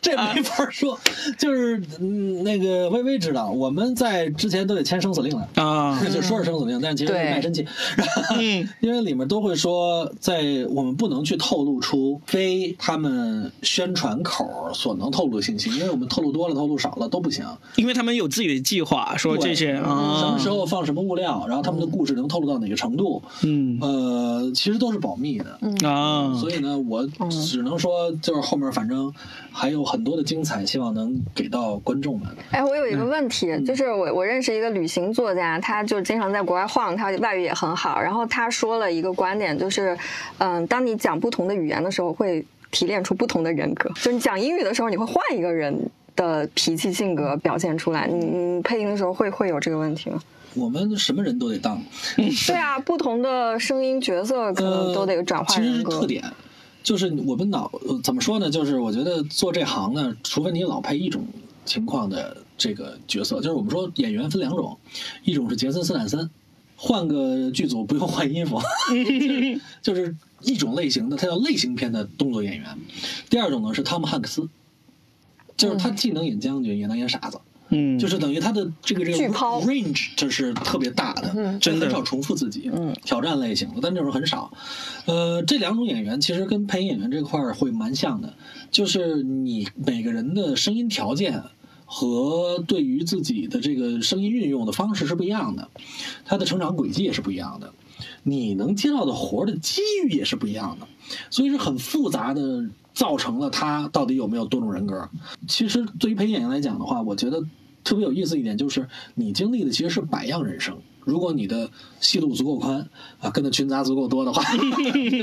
Speaker 1: 这没法说，就是嗯，那个微微知道，我们在之前都得签生死令了，
Speaker 2: 啊？
Speaker 1: 就说是生死令，但其实是
Speaker 7: 对
Speaker 1: 卖身契。然后
Speaker 2: 嗯，
Speaker 1: 因为里面都会说，在我们不能去透露出非他们宣传口所能透露的信息，因为我们透露多了、透露少了都不行。
Speaker 2: 因为他们有自己的计划，说哦这些
Speaker 1: 对什
Speaker 2: 啊
Speaker 1: 么，时候放什么物料，然后他们的故事能透露到哪个程度，
Speaker 2: 嗯
Speaker 1: 呃，其实都是保密的。
Speaker 2: 啊，
Speaker 1: 所以呢，我只能说，就是后面反正还有很多的精彩，希望能给到观众们。
Speaker 3: 哎，我有一个
Speaker 2: 嗯
Speaker 3: 问题，就是我我认识一个旅行作家，他就经常在国外晃，他外语也很好。然后他说了一个观点，就是，嗯，当你讲不同的语言的时候，会提炼出不同的人格。就是你讲英语的时候，你会换一个人的脾气性格表现出来。你你配音的时候会会有这个问题吗？
Speaker 1: 我们什么人都得当，
Speaker 3: 对啊，不同的声音角色可能
Speaker 1: 呃，
Speaker 3: 都得转
Speaker 1: 其
Speaker 3: 换
Speaker 1: 实是
Speaker 3: 人格
Speaker 1: 特。点，就是我们脑、呃怎么说呢？就是我觉得做这行呢，除非你老配一种情况的这个角色，就是我们说演员分两种，一种是杰森斯坦森，换个剧组不用换衣 服，就是就是一种类型的，他叫类型片的动作演员；第二种呢是汤姆汉克斯，就是
Speaker 3: 嗯
Speaker 1: 他既能演将军，也能演傻子。
Speaker 2: 嗯，
Speaker 1: 就是等于他的这个这
Speaker 3: 巨
Speaker 1: 个
Speaker 3: 抛嗯
Speaker 1: range 就是特别大的，
Speaker 2: 真的
Speaker 1: 很少重复自己，挑战类型的，但这种很少。呃，这两种演员其实跟配音演员这块儿会蛮像的，就是你每个人的声音条件。和对于自己的这个声音运用的方式是不一样的，他的成长轨迹也是不一样的，你能接到的活儿的机遇也是不一样的，所以是很复杂的，造成了他到底有没有多种人格。其实对于配音演员来讲的话，我觉得特别有意思一点就是，你经历的其实是百样人生。如果你的戏路足够宽啊，跟的群杂足够多的 话，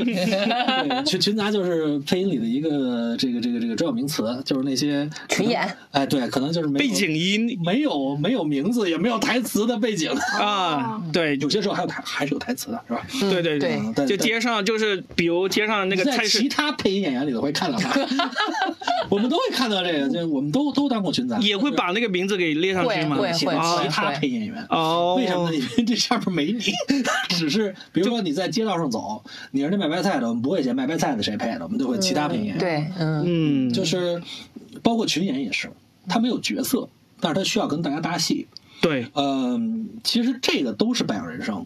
Speaker 1: 对群群杂就是配音里的一个这个这个这个专有名词，就是那些可能
Speaker 7: 群演。
Speaker 1: 哎，对，可能就是没
Speaker 2: 背
Speaker 1: 有
Speaker 2: 景音
Speaker 1: 没有没有名字，也没有台词的背 景。
Speaker 2: 啊，对，
Speaker 1: 有些时候还有台还是有台词的，是吧？
Speaker 2: 对对
Speaker 7: 嗯对
Speaker 1: 哦嗯但
Speaker 2: 就街上就是比如街上那个
Speaker 1: 在
Speaker 2: 菜市
Speaker 1: 其他配音演员里头会看 到他，我们都会看到这个，就我们都都当过群杂，
Speaker 2: 也会把那个名字给列上去吗？
Speaker 7: 会
Speaker 1: 写
Speaker 7: 会
Speaker 2: 啊
Speaker 1: 其他
Speaker 7: 会
Speaker 1: 配音演员。
Speaker 2: 哦，
Speaker 1: 为什么呢？因为这上面 没你，只是比如说你在街道上走，你是那卖白菜的，我们不会写卖白菜的谁配的，我们就会其他配音演员。
Speaker 7: 对，嗯，
Speaker 2: 嗯，
Speaker 1: 就是包括群演也是，他没有角色，但是他需要跟大家搭戏。
Speaker 2: 对，
Speaker 1: 嗯，其实这个都是百样人生。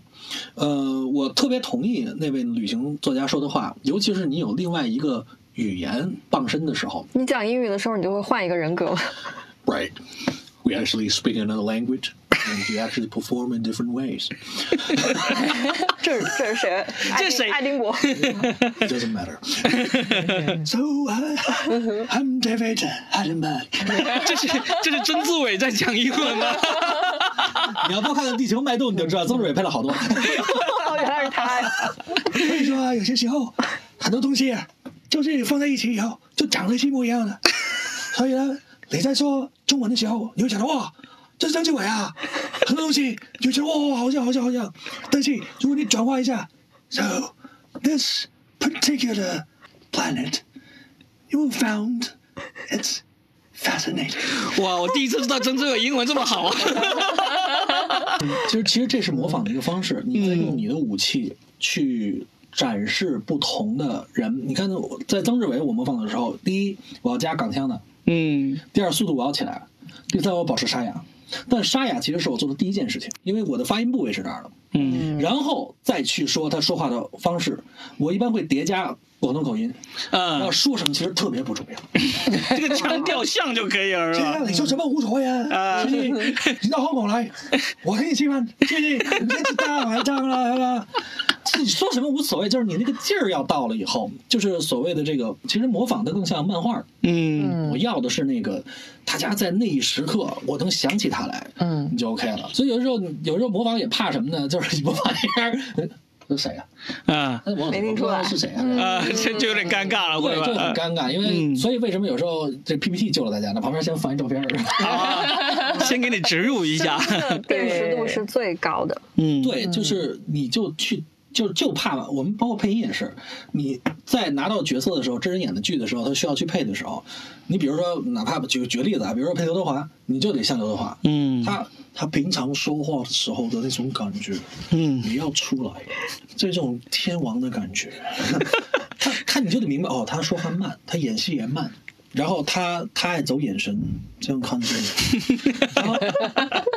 Speaker 1: 呃，我特别同意那位旅行作家说的话，尤其是你有另外一个语言傍身的时候
Speaker 3: 你讲英语的时候，你就会换一个人格了。
Speaker 1: ，right? We actually speak another language. And you actually perform in different ways.
Speaker 3: 这是这是谁？
Speaker 2: 这谁
Speaker 3: 爱丁爱丁堡。
Speaker 1: It doesn't matter. uh,
Speaker 6: So I, I'm David Attenborough.
Speaker 2: 这是这是曾志伟在讲英文 吗？
Speaker 1: 你要多看看《地球脉动》，你就知道曾志伟配了好多。
Speaker 3: 哦， 原来是他呀！
Speaker 6: 所以说啊，有些时候很多东西啊，就是放在一起以后就长得一模一样的。所以呢，你在说中文的时候，你会想到哇，这是张志伟啊，很多东西你就觉得哇，好像好像好像。但是如果你转化一下，So this particular planet you will found it's fascinating。
Speaker 2: 哇，我第一次知道曾志伟英文这 么好啊！
Speaker 1: 其实，其实这是模仿的一个方式，你在用你的武器去展示不同的人。你看，在曾志伟我模仿的时候，第一我要加港腔的，
Speaker 2: 嗯，
Speaker 1: 第二速度我要起来，第三我保持沙哑。但沙哑其实是我做的第一件事情，因为我的发音部位是这儿的。
Speaker 2: 嗯，
Speaker 1: 然后再去说他说话的方式，我一般会叠加广东口音。
Speaker 2: 啊
Speaker 1: 要，说什么其实特别不重要。
Speaker 2: 这个腔调像就可以了，是
Speaker 6: 对啊，
Speaker 2: 吧？
Speaker 6: 你说什么无所谓
Speaker 2: 啊
Speaker 6: 啊，你你到香港 来，我请你吃饭，谢谢，你先去大排档了，是吧？
Speaker 1: 你说什么无所谓，就是你那个劲儿要到了以后，就是所谓的这个，其实模仿的更像漫画儿。
Speaker 2: 嗯，
Speaker 1: 我要的是那个大家在那一时刻，我能想起他来，
Speaker 7: 嗯
Speaker 1: 你就 OK 了。所以有时候有时候模仿也怕什么呢？ 就是你模仿一下，呃这谁呀、
Speaker 2: 啊
Speaker 1: 啊？哎我
Speaker 3: 没听
Speaker 1: 我不
Speaker 3: 出
Speaker 1: 知道
Speaker 3: 来
Speaker 1: 是谁啊？
Speaker 2: 啊，这就有点尴尬了，
Speaker 1: 对，
Speaker 2: 会
Speaker 1: 这很
Speaker 2: 吧？
Speaker 1: 尴尬，因为、
Speaker 2: 嗯
Speaker 1: 所以为什么有时候这 PPT 救了大家呢？旁边先放一照片儿，
Speaker 2: 啊，先给你植入一下，
Speaker 3: 辨识度是最高的。
Speaker 2: 嗯，
Speaker 1: 对，就是你就去就就怕我们包括配音也是，你在拿到角色的时候，真人演的剧的时候，他需要去配的时候，你比如说，哪怕举举个例子啊，比如说配刘德华，你就得像刘德华，
Speaker 2: 嗯
Speaker 1: 他他平常说话的时候的那种感觉，
Speaker 2: 嗯
Speaker 1: 你要出来，这种天王的感 觉，他他你就得明白哦，他说话慢，他演戏也慢，然后他他爱走眼神，这样看 着你，然后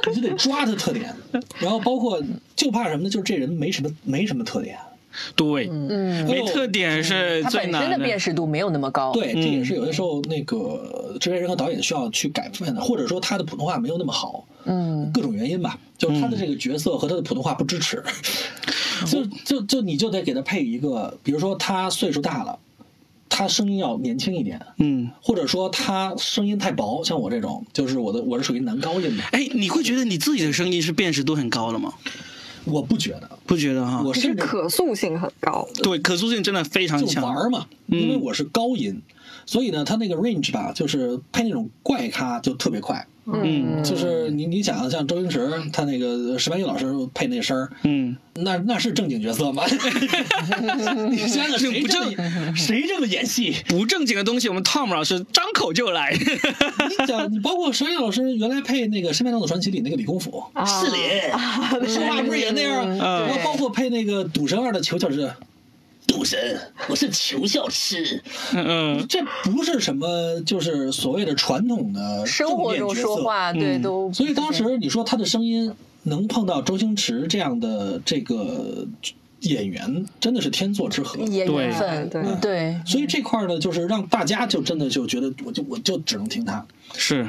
Speaker 1: 你就得抓他特点，然后包括就怕什么呢？就是这人没什么没什么特点，
Speaker 2: 对，
Speaker 7: 嗯，
Speaker 2: 没特点
Speaker 1: 嗯
Speaker 2: 是
Speaker 7: 它
Speaker 2: 最
Speaker 7: 本身
Speaker 2: 难
Speaker 7: 的辨识度没有那么高。
Speaker 1: 对，这也是有的时候那个制片人和导演需要去改变的，或者说他的普通话没有那么好，
Speaker 7: 嗯，
Speaker 1: 各种原因吧，就是他的这个角色和他的普通话不支持， 就就就你就得给他配一个，比如说他岁数大了，他声音要年轻一点，
Speaker 2: 嗯，
Speaker 1: 或者说他声音太薄，像我这种，就是我的我是属于男高音的，
Speaker 2: 哎，你会觉得你自己的声音是辨识度很高了吗？
Speaker 1: 我不觉得，
Speaker 2: 不觉得哈？
Speaker 1: 我
Speaker 3: 就是
Speaker 1: 甚至
Speaker 3: 可塑性很高。
Speaker 2: 对，可塑性真的非常
Speaker 1: 就
Speaker 2: 强。
Speaker 1: 玩儿嘛，因为我是高音，所以呢，他那个 range 吧，就是配那种怪咖就特别快。
Speaker 2: 嗯
Speaker 1: 就是你你想像周星驰他那个石白玉老师配那声儿，
Speaker 2: 嗯，
Speaker 1: 那那是正经角色吗？ 你想想谁
Speaker 2: 不
Speaker 1: 这 么谁这么演戏？
Speaker 2: 不正经的东西，我们 Tom 老师张口就来。
Speaker 1: 你想，你包括石白玉老师原来配那个《新白娘子传奇》里那个李公甫，
Speaker 3: 啊
Speaker 1: 是脸，说话不是也那样啊？
Speaker 2: 嗯
Speaker 1: 然后包括配那个《赌神二》的裘小芝，赌神，我是裘小芝。
Speaker 2: 嗯，
Speaker 1: 这不是什么，就是所谓的传统的
Speaker 7: 生活中说话
Speaker 2: 嗯
Speaker 7: 对都，
Speaker 1: 正面角色。所以当时你说他的声音能碰到周星驰这样的这个演员，真的是天作之合。
Speaker 7: 也
Speaker 2: 对
Speaker 7: 缘分，
Speaker 3: 对
Speaker 7: 嗯对，
Speaker 1: 所以这块儿呢，就是让大家就真的就觉得，我就我就只能听他。
Speaker 2: 是，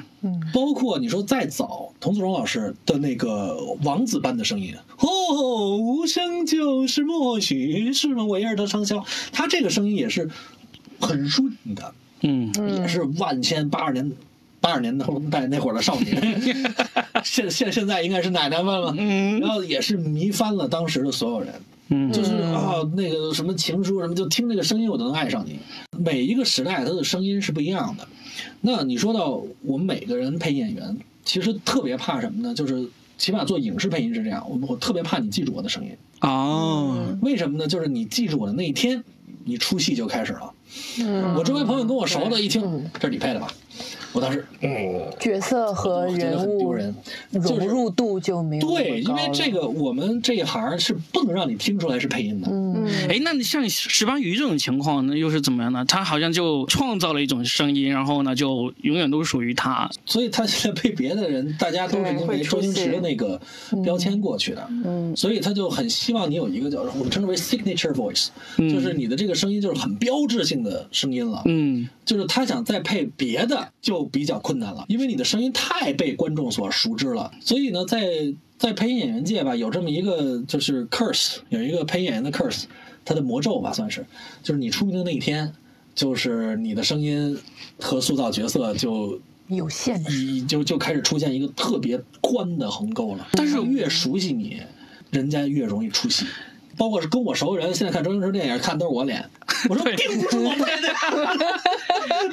Speaker 1: 包括你说再早，童自荣老师的那个王子般的声音，哦，无声就是默许，是吗？我一人的长啸，他这个声音也是很润的。
Speaker 2: 嗯，
Speaker 1: 也是万千八十年八十年代那会儿的少 年，现现现在应该是奶奶们了，然后也是迷翻了当时的所有人，
Speaker 2: 嗯
Speaker 1: 就是啊那个什么情书什么，就听那个声音我都能爱上你。每一个时代它的声音是不一样的，那你说到我们每个人配演员，其实特别怕什么呢？就是。起码做影视配音是这样，我们我特别怕你记住我的声音，
Speaker 2: 哦，
Speaker 1: 为什么呢？就是你记住我的那一天，你出戏就开始了。
Speaker 7: 嗯
Speaker 1: 我周围朋友跟我熟的，一听这是你配的吧？我当时
Speaker 7: 角色和
Speaker 1: 我觉得
Speaker 7: 人
Speaker 1: 很丢
Speaker 7: 物
Speaker 1: 人就是
Speaker 7: 融入度就没有那么
Speaker 1: 对，因
Speaker 7: 高
Speaker 1: 为
Speaker 7: 了
Speaker 1: 这个我们这一行是不能让你听出来是配音的。
Speaker 7: 嗯
Speaker 3: 嗯
Speaker 2: 哎，那你像石斑鱼这种情况，那又是怎么样呢？他好像就创造了一种声音，然后呢，就永远都属于他。
Speaker 1: 所以他现在配别的人，大家都是因为周星驰的那个标签过去的，所以他就很希望你有一个叫我们称之为 signature voice，、就是你的这个声音就是很标志性的声音了。
Speaker 2: 嗯，
Speaker 1: 就是他想再配别的就比较困难了，因为你的声音太被观众所熟知了。所以呢，在在配音演员界吧，有这么一个就是 curse，有一个配音演员的 curse，他的魔咒吧，算是，就是你出名的那一天，就是你的声音和塑造角色就
Speaker 7: 有限制。
Speaker 1: 你就就开始出现一个特别宽的鸿沟了。但是越熟悉你，人家越容易出戏。包括是跟我熟人，现在看周星驰电影看都是我脸，我说并不是我 拍的，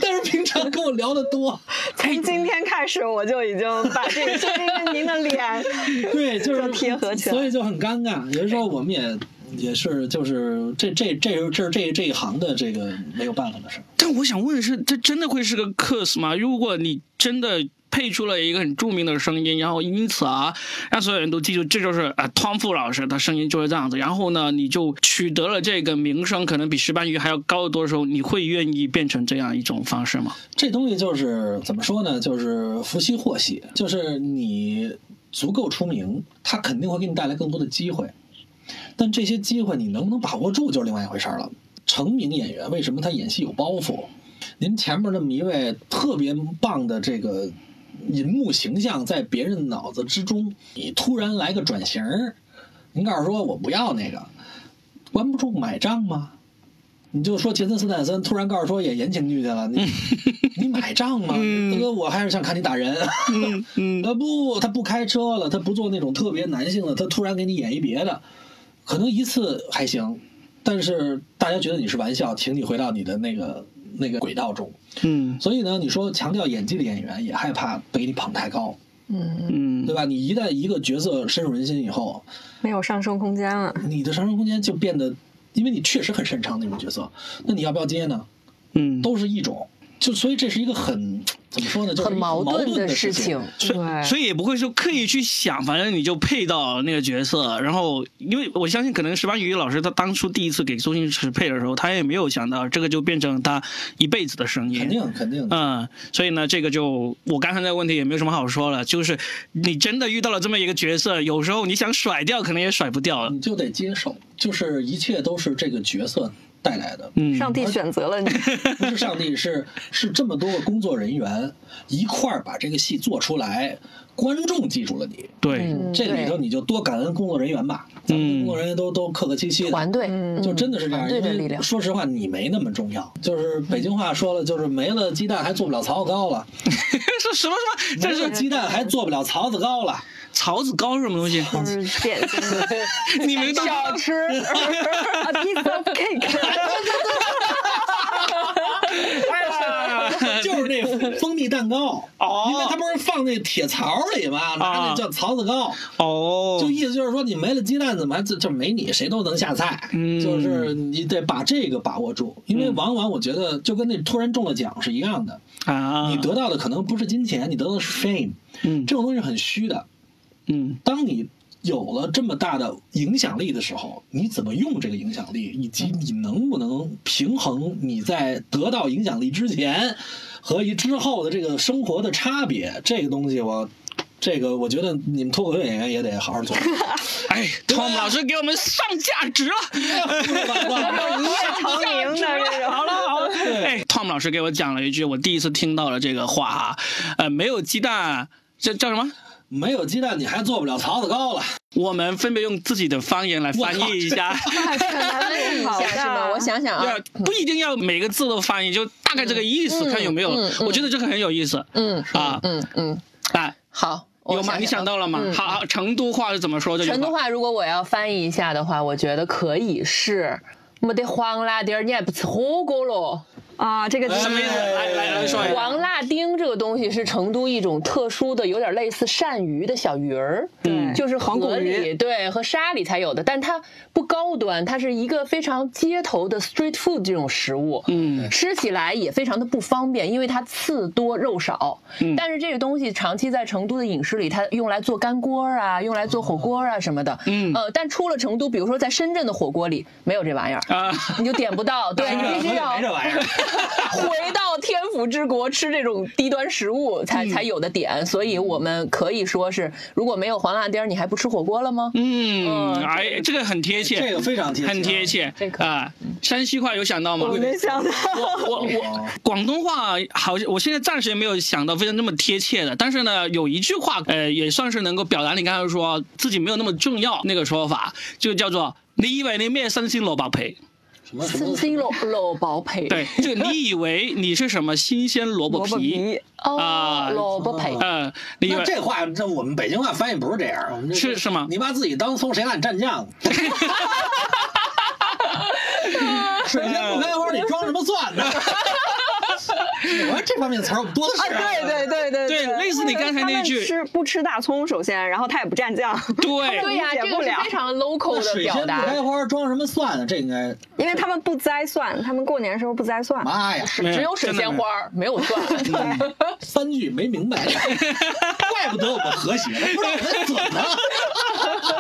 Speaker 1: 但是平常跟我聊的多，
Speaker 3: 从今天开始，我就已经把这个声音跟您的脸
Speaker 1: 对，就是
Speaker 3: 就贴合起来
Speaker 1: 所以就很尴尬。有的时候我们也也是，就是这这这这这这这一行的这个没有办法的事儿。
Speaker 2: 但我想问的是，这真的会是个 curse 吗？如果你真的配出了一个很著名的声音，然后因此啊，让所有人都记住，这就是啊、汤富老师，他声音就是这样子。然后呢，你就取得了这个名声，可能比石斑鱼还要高得多的时候，你会愿意变成这样一种方式吗？
Speaker 1: 这东西就是怎么说呢？就是福兮祸兮，就是你足够出名，它肯定会给你带来更多的机会，但这些机会你能不能把握住就是另外一回事儿了。成名演员为什么他演戏有包袱？您前面那么一位特别棒的这个银幕形象，在别人脑子之中，你突然来个转型儿，您告诉说我不要那个，关不住买账吗？你就说杰森斯坦森突然告诉说演言情剧去了， 你你买账吗？
Speaker 2: 嗯
Speaker 1: 大哥，我还是想看你打人。 他不，他不开车了，他不做那种特别男性的，他突然给你演一别的，可能一次还行，但是大家觉得你是玩笑，请你回到你的那个那个轨道中。
Speaker 2: 嗯
Speaker 1: 所以呢，你说强调演技的演员也害怕被你捧太高，
Speaker 7: 嗯，
Speaker 2: 嗯
Speaker 1: 对吧？你一旦一个角色深入人心以后，
Speaker 3: 没有上升空间了。
Speaker 1: 你的上升空间就变得，因为你确实很擅长那种角色，那你要不要接呢？
Speaker 2: 嗯，
Speaker 1: 都是一种，就所以这是一个很怎么说呢，就是
Speaker 7: 很
Speaker 1: 一个
Speaker 7: 矛
Speaker 1: 矛
Speaker 7: 盾的
Speaker 1: 的
Speaker 7: 事
Speaker 1: 情
Speaker 7: 情。。
Speaker 2: 所
Speaker 3: 对
Speaker 2: 以所以也不会说刻意去想，反正你就配到那个角色。然后，因为我相信，可能石斑鱼老师他当初第一次给周星驰配的时候，他也没有想到这个就变成他一辈子的声音。
Speaker 1: 肯定肯定，
Speaker 2: 嗯，所以呢，这个就我刚才那个问题也没有什么好说了，就是你真的遇到了这么一个角色，有时候你想甩掉，可能也甩不掉了。
Speaker 1: 你就得接受，就是一切都是这个角色带来的，
Speaker 2: 嗯，
Speaker 3: 上帝选择了 你，
Speaker 1: 不是上帝，是是这么多个工作人员一块儿把这个戏做出来，观众记住了你，
Speaker 2: 对，
Speaker 7: 嗯
Speaker 1: 这里头你就多感恩工作人员吧，咱们工
Speaker 2: 嗯
Speaker 1: 作人员都都客客气气的，
Speaker 7: 团队，嗯
Speaker 1: 就真的是这样。
Speaker 7: 团队的力
Speaker 1: 因为
Speaker 7: 量
Speaker 1: 说实话，你没那么重要。就是北京话说了，就是没了鸡蛋还做不了槽子糕了，
Speaker 2: 是什么什么？
Speaker 1: 没
Speaker 2: 这
Speaker 1: 了
Speaker 2: 是
Speaker 1: 鸡蛋还做不了槽子糕了。
Speaker 2: 槽子糕是什么东西？
Speaker 3: 就是 典型的
Speaker 2: 你们当
Speaker 7: 小吃
Speaker 3: a piece of cake。
Speaker 2: 啊
Speaker 1: 就是那蜂蜜蛋糕，
Speaker 2: 哦
Speaker 1: 因为它不是放那铁槽里吗？拿那叫槽子糕，
Speaker 2: 哦，
Speaker 1: 就意思就是说你没了鸡蛋怎么还就就没你谁都能下菜，
Speaker 2: 嗯
Speaker 1: 就是你得把这个把握住，因为往往我觉得就跟那突然中了奖是一样的，
Speaker 2: 啊，
Speaker 1: 你得到的可能不是金钱，你得到的是 fame，
Speaker 2: 嗯
Speaker 1: 这种东西很虚的。
Speaker 2: 嗯
Speaker 1: 当你有了这么大的影响力的时候，你怎么用这个影响力，以及你能不能平衡你在得到影响力之前和一之后的这个生活的差别，这个东西我。这个我觉得你们脱口秀演员也得好好做，
Speaker 2: 哎，Tom
Speaker 1: 啊
Speaker 2: 老师给我们上价值了，
Speaker 3: 成名的这种
Speaker 2: 好了好了，哎，Tom 老师给我讲了一句我第一次听到了这个话啊，呃，没有鸡蛋，这叫什么？
Speaker 1: 没有鸡蛋你还做不了槽子糕了。
Speaker 2: 我们分别用自己的方言来翻译一下，
Speaker 3: 好
Speaker 7: 下是吗？我想想啊
Speaker 2: 对，，不一定要每个字都翻译，就大概这个意思，
Speaker 7: 嗯
Speaker 2: 看有没有
Speaker 7: 嗯。嗯
Speaker 2: 我觉得这个很有意思
Speaker 7: 嗯
Speaker 2: 啊
Speaker 7: 嗯嗯，
Speaker 2: 啊，
Speaker 7: 好，我
Speaker 2: 有吗？你想
Speaker 7: 啊
Speaker 2: 到了吗？
Speaker 7: 嗯
Speaker 2: 好，好，成都话是怎么说的？
Speaker 7: 成都话，如果我要翻译一下的话，我觉得可以是没得黄辣丁儿，你还不吃火锅咯？
Speaker 3: 啊，这个
Speaker 2: 什么意思？来来来说一下。
Speaker 7: 黄辣丁这个东西是成都一种特殊的，有点类似鳝鱼的小鱼儿，
Speaker 3: 嗯
Speaker 7: 就是
Speaker 3: 黄骨
Speaker 7: 河里
Speaker 3: 鱼
Speaker 7: 对和沙里才有的，但它不高端，它是一个非常街头的 street food 这种食物，
Speaker 2: 嗯
Speaker 7: 吃起来也非常的不方便，因为它刺多肉少。
Speaker 2: 嗯
Speaker 7: 但是这个东西长期在成都的饮食里，它用来做干锅啊，用来做火锅啊什么的，
Speaker 2: 嗯
Speaker 7: 呃，但出了成都，比如说在深圳的火锅里没有这玩意儿，
Speaker 2: 啊，
Speaker 7: 你就点不到， 对你必须要
Speaker 1: 啊没这玩意 儿，
Speaker 7: 回到天府之国吃这种低端食物
Speaker 3: 嗯
Speaker 7: 才、才有的点，所以我们可以说是，如果没有黄辣丁儿，你还不吃火锅了吗？
Speaker 2: 嗯，
Speaker 7: 嗯
Speaker 2: 哎，这个很贴切，
Speaker 1: 这个非常贴切啊
Speaker 2: 很贴切
Speaker 7: 这个
Speaker 2: 啊。山西话有想到吗？
Speaker 3: 我没想到，
Speaker 2: 我
Speaker 7: 哦
Speaker 2: 我广东话好像我现在暂时也没有想到非常那么贴切的，但是呢，有一句话呃也算是能够表达你刚才说自己没有那么重要那个说法，就叫做你以为你咩身心萝卜皮，
Speaker 1: 什么什
Speaker 7: 森
Speaker 1: 么
Speaker 7: 森 肉肉包配，
Speaker 2: 对，就你以为你是什么新鲜萝卜
Speaker 3: 萝卜
Speaker 2: 皮，
Speaker 3: 皮，
Speaker 7: 哦
Speaker 2: 啊，
Speaker 7: 萝卜配，
Speaker 2: 呃，你以
Speaker 1: 那
Speaker 2: 为
Speaker 1: 这话，这我们北京话翻译不是这样，我们这
Speaker 2: 是是吗
Speaker 1: 你妈自己当葱，谁拿你蘸 酱？水仙不开花，你装什么蒜呢？ 我说这方面的词儿我们多的
Speaker 7: 啊
Speaker 1: 是、
Speaker 3: 对对对对
Speaker 2: 对类似你刚才那句
Speaker 3: 他们吃不吃大葱，首先，然后他也不蘸酱，
Speaker 2: 对
Speaker 7: 对呀、
Speaker 3: 理解
Speaker 7: 这
Speaker 3: 不
Speaker 7: 个是
Speaker 3: 了
Speaker 7: 非常
Speaker 1: 那
Speaker 7: local 的
Speaker 1: 水仙
Speaker 7: 表
Speaker 1: 不
Speaker 7: 达
Speaker 1: 开。花，装什么蒜呢？这应该，
Speaker 3: 因为他们不摘蒜，他们过年时候不摘蒜。
Speaker 1: 妈呀，
Speaker 7: 只有水仙花儿，没有蒜。
Speaker 1: 三句没明 白，怪不得我们和谐，不知道我们怎么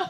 Speaker 1: 了。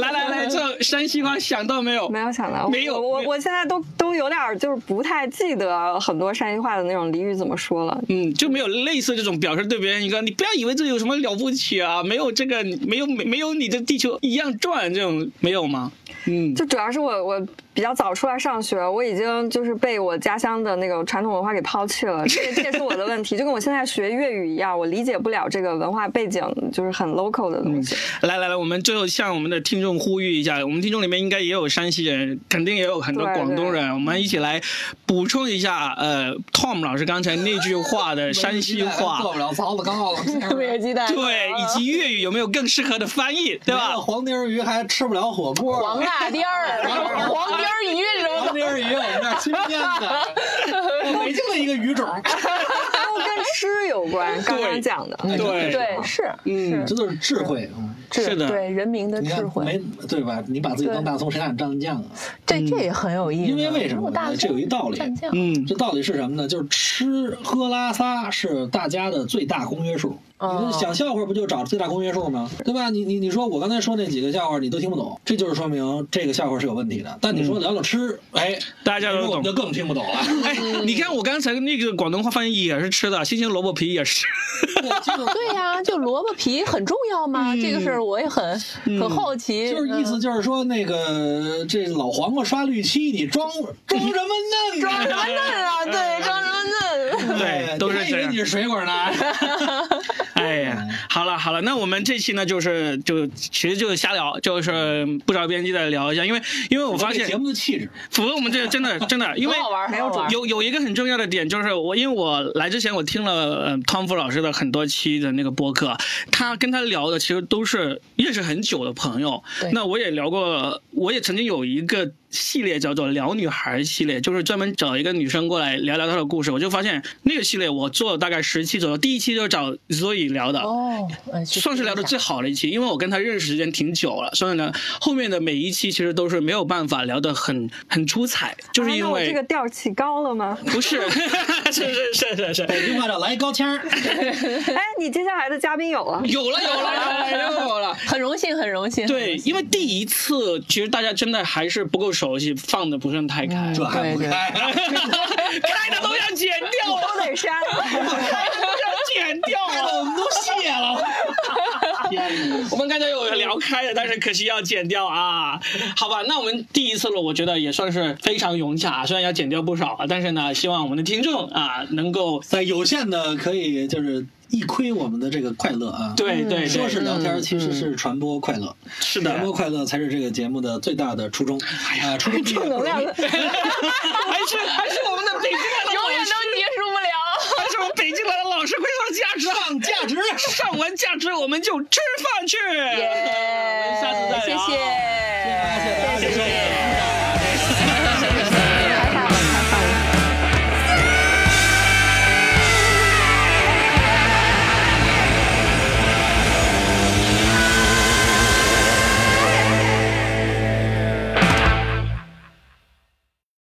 Speaker 2: 来来来，这山西话想到没有？
Speaker 3: 没有想到，
Speaker 2: 没有
Speaker 3: 我我我现在都都有点儿就是不太记得很多山西话的那种俚语怎么说了。
Speaker 2: 嗯，就没有类似这种表示对别人一个，你不要以为这有什么了不起啊，没有这个，没有没没有你的地球一样转这种没有吗？嗯，
Speaker 3: 就主要是我我比较早出来上学，我已经就是被我家乡的那个传统文化给抛弃了，这这也是我的问题。 就跟我现在学粤语一样，我理解不了这个文化背景，就是很 local 的东西。
Speaker 2: 来来来，我们最后向我们的听众呼吁一下，我们听众里面应该也有山西人，肯定也有很多
Speaker 3: 对
Speaker 2: 广东人，我们一起来补充一下，呃，Tom 老师刚才那句话的山西
Speaker 1: 哎做
Speaker 2: 话，
Speaker 1: 不了槽子糕了，
Speaker 7: 有鸡蛋
Speaker 2: 对，以及粤语有没有更适合的翻译，对
Speaker 1: 没
Speaker 2: 吧
Speaker 1: 了？黄丁鱼还吃不了火锅，
Speaker 7: 黄辣丁儿，黄丁儿鱼这种
Speaker 1: 黄。丁鱼，我们那儿新鲜的，北京的一个鱼种。
Speaker 3: 跟吃有关，刚刚讲的，
Speaker 1: 对
Speaker 3: 对是
Speaker 2: 嗯，
Speaker 1: 这都是智慧。嗯
Speaker 2: 是的
Speaker 7: 对人民的
Speaker 1: 你看
Speaker 7: 智慧，
Speaker 1: 没对吧？你把自己当
Speaker 7: 对
Speaker 1: 大葱，谁让你蘸酱啊？
Speaker 7: 这这也很有意思。
Speaker 1: 因为为什么呢？这有一道理。
Speaker 7: 蘸酱，
Speaker 2: 嗯，
Speaker 1: 这道理是什么呢？就是吃喝拉撒是大家的最大公约数。
Speaker 7: 哦
Speaker 1: 你想笑话不就找最大公约数吗？对吧？你你你说我刚才说那几个笑话你都听不懂，这就是说明这个笑话是有问题的。但你说聊聊吃，哎，
Speaker 2: 大家都懂
Speaker 1: 我们就更听不懂了。
Speaker 2: 哎，你看我刚才那个广东话翻译也是吃的，新鲜萝卜皮也是。
Speaker 7: 对呀、就萝卜皮很重要吗？这个事儿我也很、很好奇。嗯
Speaker 1: 就是意
Speaker 3: 嗯
Speaker 1: 思就是说，那个这老黄瓜刷绿漆，你装装什么嫩？
Speaker 7: 装什么嫩啊？对，装什么嫩？
Speaker 1: 哎
Speaker 2: 对都是
Speaker 1: 你还以
Speaker 2: 这
Speaker 1: 为
Speaker 2: 样
Speaker 1: 你是水果呢。
Speaker 2: 哎呀，好了好了，那我们这期呢，就是就其实就是瞎聊，就是不着边际的聊一下，因为因为我发
Speaker 1: 这节
Speaker 2: 现
Speaker 1: 目的气质，
Speaker 2: 符合我们这个真的真 的，因为
Speaker 7: 很好玩儿，
Speaker 3: 没
Speaker 7: 很
Speaker 3: 有
Speaker 7: 好玩儿。
Speaker 2: 有有一个很重要的点就是我，因为我来之前我听了嗯汤福老师的很多期的那个播客，他跟他聊的其实都是认识很久的朋友
Speaker 7: 对。
Speaker 2: 那我也聊过，我也曾经有一个系列叫做“聊女孩”系列，就是专门找一个女生过来聊聊她的故事。我就发现那个系列我做了大概十期左右，第一期就是找 Zoe 聊的。
Speaker 7: 哦， 哎
Speaker 2: 算是聊的最。
Speaker 7: 去
Speaker 2: 好的一期，因为我跟他认识时间挺久了，所以呢，后面的每一期其实都是没有办法聊得很很出彩，就是
Speaker 3: 啊那
Speaker 2: 因
Speaker 3: 我
Speaker 2: 为、
Speaker 3: 这个调儿起高了吗？
Speaker 2: 不是，是 是是是是，
Speaker 1: 北京话叫来高腔儿。
Speaker 3: 哎，你接下来的嘉宾有了，
Speaker 2: 有了有了有了有了。
Speaker 7: 看一下很荣幸，很荣幸。
Speaker 2: 对，因为第一次其实大家真的还是不够熟悉，放的不算太开，
Speaker 1: 这
Speaker 3: 嗯
Speaker 1: 还不哎开？
Speaker 2: 开的都要剪掉啊，
Speaker 3: 都得删。
Speaker 2: 都要剪掉
Speaker 1: 开
Speaker 2: 啊
Speaker 1: 的。我们都谢了。
Speaker 2: 我们刚才有聊开的，但是可惜要剪掉啊。好吧，那我们第一次了，我觉得也算是非常融洽，虽然要剪掉不少啊，但是呢，希望我们的听众啊能够
Speaker 1: 在有限的可以就是一窥我们的这个快乐啊。，
Speaker 2: 对对对，
Speaker 1: 说是聊
Speaker 3: 嗯
Speaker 1: 天，其实是传播快乐，
Speaker 2: 是
Speaker 1: 传播
Speaker 2: 的，
Speaker 1: 快乐才是这个节目的最大的初衷。哎呀，初衷不
Speaker 3: 正能
Speaker 1: 容
Speaker 3: 量
Speaker 1: 易
Speaker 3: 的，
Speaker 2: 还是还是我们的北京的
Speaker 7: 永远
Speaker 2: 老师
Speaker 7: 都结束不 了。
Speaker 2: 还是我们北京来的老师会上价值，上价值，上完价值我们就吃饭去。我们下次再
Speaker 7: 谢
Speaker 2: 聊。
Speaker 7: 谢，
Speaker 1: 谢谢
Speaker 7: 谢谢。